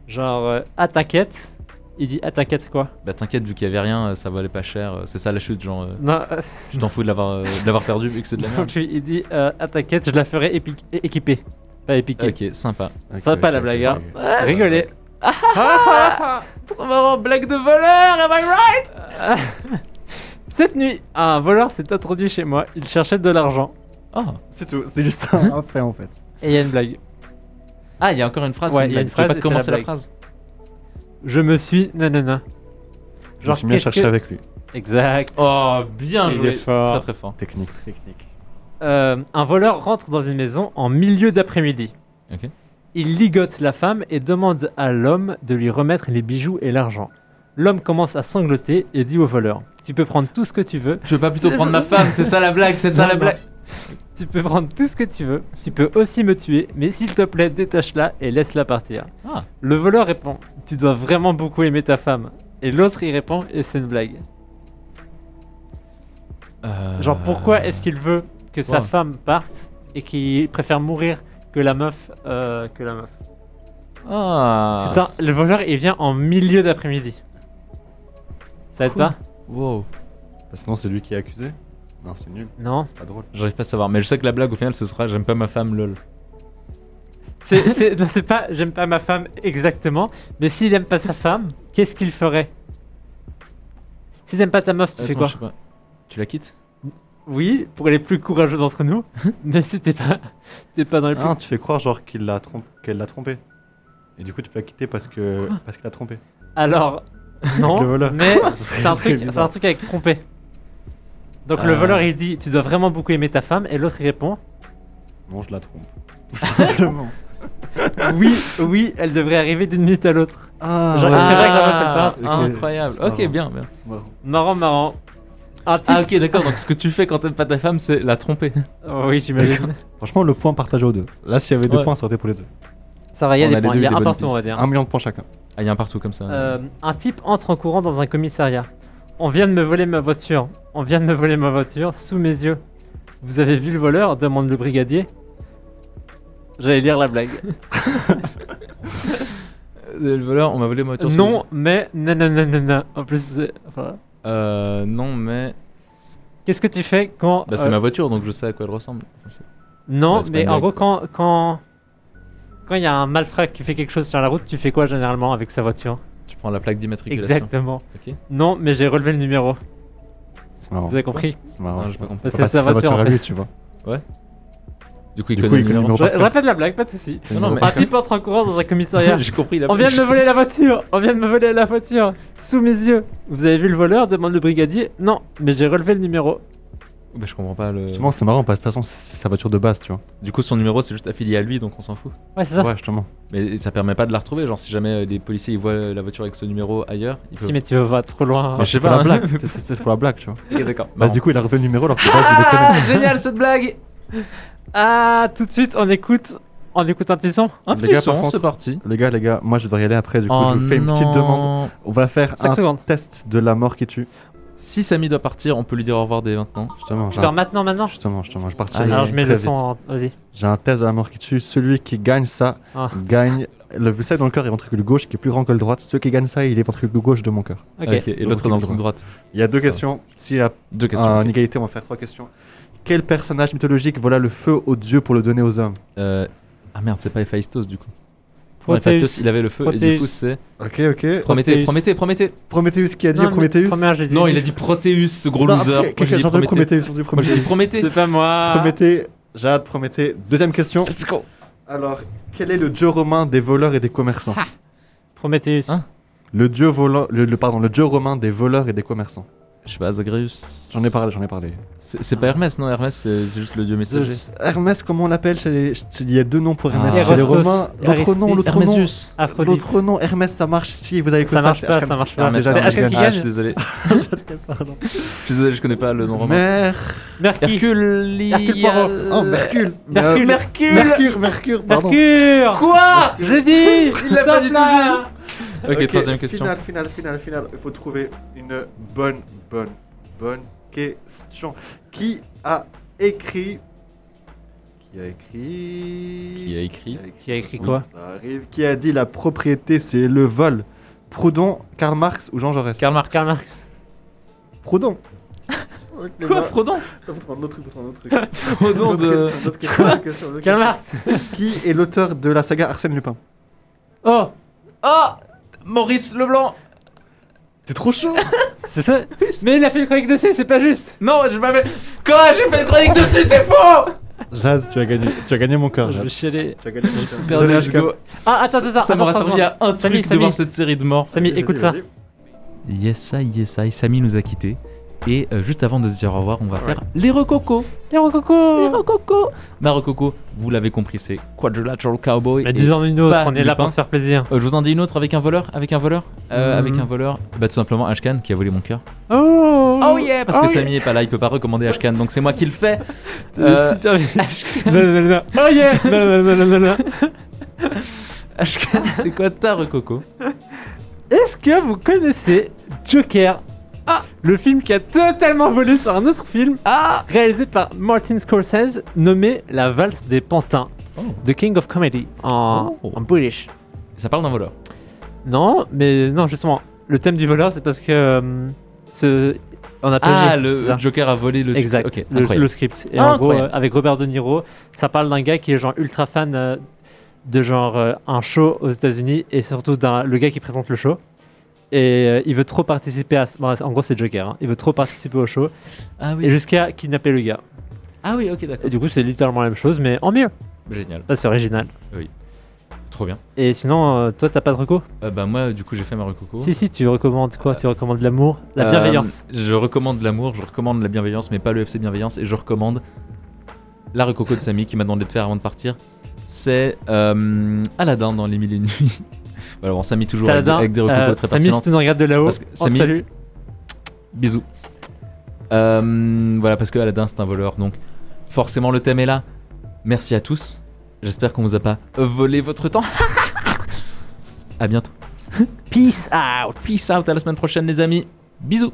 Speaker 4: genre euh, ah t'inquiète. Il dit ah t'inquiète quoi
Speaker 6: Bah t'inquiète, vu qu'il y avait rien, euh, ça valait pas cher. euh, C'est ça la chute, genre. euh,
Speaker 4: Non, euh,
Speaker 6: Tu t'en fous de l'avoir euh, de l'avoir perdu vu que c'est de la merde.
Speaker 4: donc lui, il dit euh, ah t'inquiète, je la ferai épi- é- équiper. Pas épiquer.
Speaker 6: Ok, sympa.
Speaker 4: Sympa
Speaker 2: pas
Speaker 4: la blague. hein.
Speaker 2: Ouais.
Speaker 4: Rigolez.
Speaker 6: Trop marrant, blague de voleur, am I right
Speaker 4: Cette nuit, un voleur s'est introduit chez moi. Il cherchait de l'argent.
Speaker 6: Oh.
Speaker 2: C'est tout. C'est juste un fait en fait.
Speaker 4: Et il y a une blague.
Speaker 6: Ah, il y a encore une phrase.
Speaker 4: Ouais,
Speaker 6: c'est
Speaker 4: il y a
Speaker 6: blague.
Speaker 4: une
Speaker 6: Tu peux
Speaker 4: phrase et
Speaker 6: pas
Speaker 4: c'est la
Speaker 6: commencer la
Speaker 4: blague.
Speaker 6: phrase.
Speaker 4: Je me suis nanana.
Speaker 2: Je me suis mis à
Speaker 4: qu'est-ce
Speaker 2: chercher
Speaker 4: que-
Speaker 2: avec lui.
Speaker 4: Exact.
Speaker 6: Oh, bien
Speaker 4: Il est
Speaker 6: joué.
Speaker 4: fort.
Speaker 6: Très très fort.
Speaker 2: Technique. Technique.
Speaker 4: Euh, un voleur rentre dans une maison en milieu d'après-midi.
Speaker 6: Ok.
Speaker 4: Il ligote la femme et demande à l'homme de lui remettre les bijoux et l'argent. L'homme commence à sangloter et dit au voleur Tu peux prendre tout ce que tu veux,
Speaker 6: Tu veux pas plutôt
Speaker 4: C'est
Speaker 6: prendre
Speaker 4: ça.
Speaker 6: ma femme, c'est ça la blague, c'est ça
Speaker 4: Non,
Speaker 6: la
Speaker 4: non.
Speaker 6: blague.
Speaker 4: tu peux prendre tout ce que tu veux, tu peux aussi me tuer, mais s'il te plaît, détache-la et laisse-la partir.
Speaker 6: Ah.
Speaker 4: Le voleur répond Tu dois vraiment beaucoup aimer ta femme. Et l'autre y répond Et c'est une blague.
Speaker 6: Euh,
Speaker 4: Genre, pourquoi est-ce qu'il veut que sa
Speaker 6: ouais.
Speaker 4: femme parte et qu'il préfère mourir que la meuf euh, que la meuf
Speaker 6: Ah.
Speaker 4: C'est un- Le voleur, il vient en milieu d'après-midi. Ça aide
Speaker 6: Cool.
Speaker 4: pas
Speaker 6: Wow.
Speaker 2: Bah, sinon, c'est lui qui est accusé. Non, c'est nul.
Speaker 4: Non.
Speaker 2: C'est pas drôle.
Speaker 6: J'arrive pas à savoir, mais je sais que la blague au final ce sera j'aime pas ma femme lol.
Speaker 4: C'est- C'est non, c'est pas j'aime pas ma femme exactement, mais s'il aime pas sa femme, qu'est-ce qu'il ferait Si t'aimes pas ta meuf, tu fais
Speaker 6: Attends,
Speaker 4: quoi
Speaker 6: je sais pas. Tu la quittes
Speaker 4: oui, pour les plus courageux d'entre nous, mais c'était pas, c'était pas dans les plus.
Speaker 2: Ah, tu fais croire genre qu'il l'a tromp- qu'elle l'a trompé. Et du coup, tu peux la quitter parce que
Speaker 4: Quoi
Speaker 2: parce qu'elle l'a trompé.
Speaker 4: Alors,
Speaker 2: Avec le
Speaker 4: non,
Speaker 2: voleur.
Speaker 4: mais
Speaker 2: Ce serait-
Speaker 4: c'est un
Speaker 2: ce serait
Speaker 4: truc, c'est un
Speaker 2: bizarre.
Speaker 4: truc avec tromper. Donc le
Speaker 6: Ah.
Speaker 4: voleur il dit tu dois vraiment beaucoup aimer ta femme et l'autre il répond
Speaker 2: Non, je la trompe. Tout simplement.
Speaker 4: oui oui elle devrait arriver d'une minute à l'autre.
Speaker 2: Ah,
Speaker 4: J'aurais
Speaker 2: ouais.
Speaker 4: préféré que la meuf, elle parte.
Speaker 2: Ok,
Speaker 6: Incroyable.
Speaker 2: ça
Speaker 6: Ok,
Speaker 2: va.
Speaker 6: bien, bien.
Speaker 2: C'est marrant.
Speaker 4: Marrant marrant. Un type.
Speaker 6: Ah, ok, d'accord. Donc, ce que tu fais quand t'aimes pas ta femme, c'est la tromper.
Speaker 4: Oh oui j'imagine.
Speaker 2: Franchement, le point partagé aux deux. Là, s'il y avait deux
Speaker 6: Ouais.
Speaker 2: points, ça aurait été pour les deux.
Speaker 4: Ça va il y a
Speaker 6: On
Speaker 4: des
Speaker 6: a les
Speaker 4: points,
Speaker 6: deux
Speaker 4: il y a
Speaker 6: des
Speaker 4: un
Speaker 6: bonnes
Speaker 4: partout on va
Speaker 6: pistes.
Speaker 4: dire.
Speaker 2: Un million de points chacun.
Speaker 6: Ah, il y a un partout comme ça.
Speaker 4: Euh, un type entre en courant dans un commissariat. On vient de me voler ma voiture. On vient de me voler ma voiture sous mes yeux. Vous avez vu le voleur demande le brigadier. J'allais lire la blague.
Speaker 6: Euh, Le voleur, on m'a volé ma voiture.
Speaker 4: non, mais nananana. En plus, c'est- voilà.
Speaker 6: Euh, non, mais.
Speaker 4: qu'est-ce que tu fais quand
Speaker 6: Bah, c'est
Speaker 4: euh,
Speaker 6: ma voiture, donc je sais à quoi elle ressemble. Enfin, c'est-
Speaker 4: Non,
Speaker 6: Bah, c'est pas
Speaker 4: mais
Speaker 6: une
Speaker 4: en
Speaker 6: blague,
Speaker 4: gros, quand quand quand il y a un malfrat qui fait quelque chose sur la route, tu fais quoi généralement avec sa voiture
Speaker 6: Tu prends la plaque d'immatriculation.
Speaker 4: Exactement.
Speaker 6: Ok.
Speaker 4: Non, mais j'ai relevé le numéro.
Speaker 2: C'est marrant.
Speaker 4: Vous avez compris
Speaker 2: C'est marrant.
Speaker 6: Non,
Speaker 2: ça.
Speaker 6: j'ai pas compris.
Speaker 4: Bah, C'est
Speaker 2: Enfin,
Speaker 4: sa voiture en
Speaker 2: à
Speaker 4: fait.
Speaker 2: lui, tu vois.
Speaker 6: Du coup, il
Speaker 2: Du
Speaker 6: connaît
Speaker 2: coup,
Speaker 6: le
Speaker 2: il connaît le
Speaker 6: numéro.
Speaker 2: numéro.
Speaker 4: Je, je répète la blague, pas de soucis.
Speaker 6: Non, non, mais-
Speaker 4: Un type entre en courant dans un commissariat.
Speaker 6: J'ai compris la
Speaker 4: On vient de me
Speaker 6: plaque.
Speaker 4: voler la voiture On vient de me voler la voiture Sous mes yeux Vous avez vu le voleur demande le brigadier. Non, mais j'ai relevé le numéro.
Speaker 6: Bah, je comprends pas le.
Speaker 2: Justement, c'est marrant parce que de toute façon, c'est sa voiture de base, tu vois.
Speaker 6: Du coup, son numéro, c'est juste affilié à lui, donc on s'en fout.
Speaker 4: Ouais, c'est ça.
Speaker 2: Ouais, justement.
Speaker 6: Mais ça permet pas de la retrouver. Genre, si jamais euh, les policiers ils voient euh, la voiture avec ce numéro ailleurs, ils peuvent.
Speaker 4: Si, mais tu vas trop loin.
Speaker 6: Enfin, je sais
Speaker 2: C'est pour
Speaker 6: pas.
Speaker 2: la
Speaker 6: hein.
Speaker 2: blague. C'est- C'est c'est pour la blague, tu vois.
Speaker 6: Ok, d'accord.
Speaker 2: Bah,
Speaker 6: Marrant.
Speaker 2: du coup, il a relevé le numéro alors que de base, il le connaît.
Speaker 6: Ah, génial cette blague
Speaker 4: Ah, tout de suite, on écoute. On écoute un petit son Hein
Speaker 6: Un
Speaker 2: Les
Speaker 6: petit
Speaker 2: gars, par
Speaker 6: son,
Speaker 2: contre,
Speaker 6: c'est parti.
Speaker 4: Ah
Speaker 2: Les gars, les gars, moi je dois y aller après, du coup
Speaker 6: Oh
Speaker 2: je vous fais une
Speaker 6: non.
Speaker 2: petite demande. On va faire
Speaker 4: 5
Speaker 2: un
Speaker 4: secondes.
Speaker 2: test de la mort qui tue.
Speaker 6: Si Samy doit partir, on peut lui dire au revoir dès maintenant.
Speaker 2: Justement,
Speaker 4: Tu
Speaker 2: j'ai
Speaker 4: pars
Speaker 2: un...
Speaker 4: maintenant, maintenant
Speaker 2: justement, justement, Ah. je
Speaker 6: Ah,
Speaker 2: partirai
Speaker 4: Alors,
Speaker 6: oui,
Speaker 4: je mets
Speaker 2: très
Speaker 4: le son
Speaker 2: vite.
Speaker 4: en. Vas-y.
Speaker 2: J'ai un test de la mort qui tue. Celui qui gagne ça
Speaker 4: Ah.
Speaker 2: gagne le visage dans le cœur et ventricule gauche qui est plus grand que le droite. Celui qui gagne ça, il est ventricule gauche de mon cœur.
Speaker 4: Ok.
Speaker 6: Ah, Ok, Et l'autre dans le trou
Speaker 2: Ok.
Speaker 6: droite.
Speaker 2: Il y a deux
Speaker 6: Ça
Speaker 2: questions. S'il y a
Speaker 6: Deux questions.
Speaker 2: une
Speaker 6: ok.
Speaker 2: égalité, on va faire trois questions. Quel personnage mythologique vola le feu aux dieux pour le donner aux hommes
Speaker 6: Euh, Ah merde, c'est pas Héphaïstos du coup. Ouais, Héphaïstos,
Speaker 4: Proteus.
Speaker 6: il avait le feu et
Speaker 4: Proteus.
Speaker 6: du coup c'est.
Speaker 2: Ok, ok.
Speaker 6: Prométhée,
Speaker 4: Proteus.
Speaker 6: Prométhée, Prométhée.
Speaker 2: Prometheus qui a dit
Speaker 4: Non, mais
Speaker 2: Prometheus
Speaker 4: première, j'ai dit.
Speaker 6: Non, il a dit Proteus, ce gros
Speaker 2: Non,
Speaker 6: loser.
Speaker 2: ok,
Speaker 6: Moi j'ai dit
Speaker 2: j'ai entendu
Speaker 6: Prométhée.
Speaker 2: Prometheus, j'ai entendu
Speaker 6: Moi j'ai dit
Speaker 2: Prometheus.
Speaker 6: Prométhée.
Speaker 4: C'est pas moi.
Speaker 2: Prométhée, j'ai hâte, Prométhée. Deuxième question.
Speaker 6: Let's go.
Speaker 2: Alors, quel est le dieu romain des voleurs et des commerçants
Speaker 4: Prometheus.
Speaker 6: Hein
Speaker 2: Le dieu volant, le, le- pardon, le dieu romain des voleurs et des commerçants.
Speaker 6: Je sais pas, Zagreus.
Speaker 2: J'en ai parlé, j'en ai parlé.
Speaker 6: C'est c'est pas Hermès, non Hermès, c'est c'est juste le dieu messager.
Speaker 4: Zeus.
Speaker 2: Hermès, comment on l'appelle chez les- chez- Il y a deux noms pour Hermès.
Speaker 6: Ah.
Speaker 2: Chez les
Speaker 4: Hérostos,
Speaker 2: Romains, l'autre nom, l'autre nom,
Speaker 6: Hermésus.
Speaker 4: Aphrodite.
Speaker 2: l'autre nom, Hermès, ça marche si vous avez que
Speaker 4: Ça
Speaker 2: ça.
Speaker 4: marche
Speaker 2: c'est
Speaker 4: pas,
Speaker 2: Hermès.
Speaker 4: ça marche pas.
Speaker 6: Hermès,
Speaker 4: C'est
Speaker 2: Hermès,
Speaker 4: Achille
Speaker 2: Hermès.
Speaker 4: qui
Speaker 6: Ah, je
Speaker 4: gagne.
Speaker 6: suis désolé. Je suis désolé, je connais pas le nom romain.
Speaker 2: Mer...
Speaker 4: Mercure.
Speaker 6: Hercule.
Speaker 4: Hercule Poirot.
Speaker 6: euh,
Speaker 2: Oh, Mercure.
Speaker 4: Mercure.
Speaker 2: Euh, Mercure, Mercure, pardon.
Speaker 4: Mercure Quoi J'ai dit Il l'a
Speaker 6: pas du tout Ok, troisième question.
Speaker 2: Finale, finale, finale, finale. Il faut trouver une bonne, bonne, bonne question. Qui a écrit Qui a écrit
Speaker 6: Qui a écrit
Speaker 4: Qui a écrit quoi
Speaker 2: Ça arrive. Qui a dit la propriété, c'est le vol Proudhon, Karl Marx ou Jean Jaurès
Speaker 6: Karl Marx.
Speaker 4: Karl Marx.
Speaker 2: Proudhon. Eh
Speaker 6: Quoi,
Speaker 2: ben,
Speaker 6: Frodon
Speaker 2: bah, Un autre truc, un autre truc.
Speaker 6: Frodon de.
Speaker 4: euh, Karl Marx
Speaker 2: Qui est l'auteur de la saga Arsène Lupin
Speaker 4: Oh
Speaker 6: Oh Maurice Leblanc
Speaker 2: T'es trop chaud
Speaker 4: C'est ça Mais il a fait une chronique dessus, c'est pas juste
Speaker 6: Non, je m'avais. Quoi J'ai fait une chronique dessus, c'est faux
Speaker 2: Jazz, tu as gagné, tu as gagné mon cœur.
Speaker 4: Je vais
Speaker 2: Jazz.
Speaker 4: chialer.
Speaker 2: Tu as gagné mon cœur.
Speaker 6: Père
Speaker 2: Désolé,
Speaker 6: de
Speaker 2: Ashka.
Speaker 6: Hugo.
Speaker 4: Ah, attends, attends, attends.
Speaker 6: Ça m'aura
Speaker 4: attends,
Speaker 6: servi à un
Speaker 4: Samy,
Speaker 6: truc de voir
Speaker 4: Samy.
Speaker 6: cette série de morts.
Speaker 4: Samy,
Speaker 2: Vas-y,
Speaker 4: écoute
Speaker 2: vas-y,
Speaker 4: ça.
Speaker 2: vas-y.
Speaker 6: Yes, I, yes, I. Samy nous a quittés. Et euh, juste avant de se dire au revoir, on va faire les recocos.
Speaker 4: Les
Speaker 6: Les
Speaker 4: Rococo
Speaker 6: recocos. Ma recoco, vous l'avez compris, c'est Quadrilateral Cowboy.
Speaker 4: Mais
Speaker 6: Et,
Speaker 4: disons une autre,
Speaker 6: Bah,
Speaker 4: on est là
Speaker 6: Lupin.
Speaker 4: pour se faire plaisir.
Speaker 6: euh, je vous en dis une autre avec un voleur Avec un voleur Euh,
Speaker 2: Mhm.
Speaker 6: Avec un voleur Bah, tout simplement Ashkan qui a volé mon cœur.
Speaker 4: Oh
Speaker 6: Oh yeah Parce
Speaker 4: Oh
Speaker 6: que Samy est pas là, il peut pas recommander Ashkan, donc c'est moi qui le fais.
Speaker 4: Euh,
Speaker 6: Euh,
Speaker 4: super bien. Blablabla. Oh yeah Blablabla.
Speaker 6: Ashkan, c'est quoi ta recoco
Speaker 4: Est-ce que vous connaissez Joker Ah Le film qui a totalement volé sur un autre film Ah Réalisé par Martin Scorsese, nommé La valse des pantins.
Speaker 6: Oh.
Speaker 4: The King of Comedy en,
Speaker 6: Oh.
Speaker 4: en British.
Speaker 6: Ça parle d'un voleur.
Speaker 4: Non, mais non, justement, le thème du voleur, c'est parce que euh, ce, on a pas
Speaker 6: Ah,
Speaker 4: vu,
Speaker 6: le
Speaker 4: c'est ça.
Speaker 6: Joker a volé le
Speaker 4: exact,
Speaker 6: Ok,
Speaker 4: le,
Speaker 6: incroyable.
Speaker 4: le script. Et en gros,
Speaker 6: Incroyable.
Speaker 4: euh, avec Robert De Niro, ça parle d'un gars qui est genre ultra fan euh, de genre euh, un show aux États-Unis et surtout d'un le gars qui présente le show. Et euh, il veut trop participer à. ce- bon, en gros, c'est Joker. hein. Il veut trop participer au show.
Speaker 6: Ah
Speaker 4: Et jusqu'à kidnapper le gars.
Speaker 6: Ah oui, ok, d'accord.
Speaker 4: Et du coup, c'est littéralement la même chose, mais en mieux.
Speaker 6: Génial.
Speaker 4: Là, c'est original.
Speaker 6: Trop bien.
Speaker 4: Et sinon, euh, toi, t'as pas de recours
Speaker 6: Euh, bah moi, du coup, j'ai fait ma recoco.
Speaker 4: Si, si, tu recommandes quoi Tu recommandes l'amour, la
Speaker 6: Oh. Euh,
Speaker 4: bienveillance.
Speaker 6: je recommande l'amour, je recommande la bienveillance, mais pas le FC bienveillance. Et je recommande la recoco de Samy qui m'a demandé de faire avant de partir. C'est euh, Aladdin dans Les Mille et Une Nuits. voilà, bon, Samy toujours avec,
Speaker 4: Saladin,
Speaker 6: avec des recocos
Speaker 4: euh,
Speaker 6: très
Speaker 4: Samy, si
Speaker 6: pertinentes.
Speaker 4: tu nous regardes de là-haut,
Speaker 6: Parce que
Speaker 4: on te
Speaker 6: Samy-
Speaker 4: salue.
Speaker 6: Bisous. Euh, voilà, parce que Aladdin, c'est un voleur, donc forcément le thème est là. Merci à tous. J'espère qu'on vous a pas volé votre temps. à bientôt.
Speaker 4: Peace out
Speaker 6: Peace out, à la semaine prochaine, les amis. Bisous.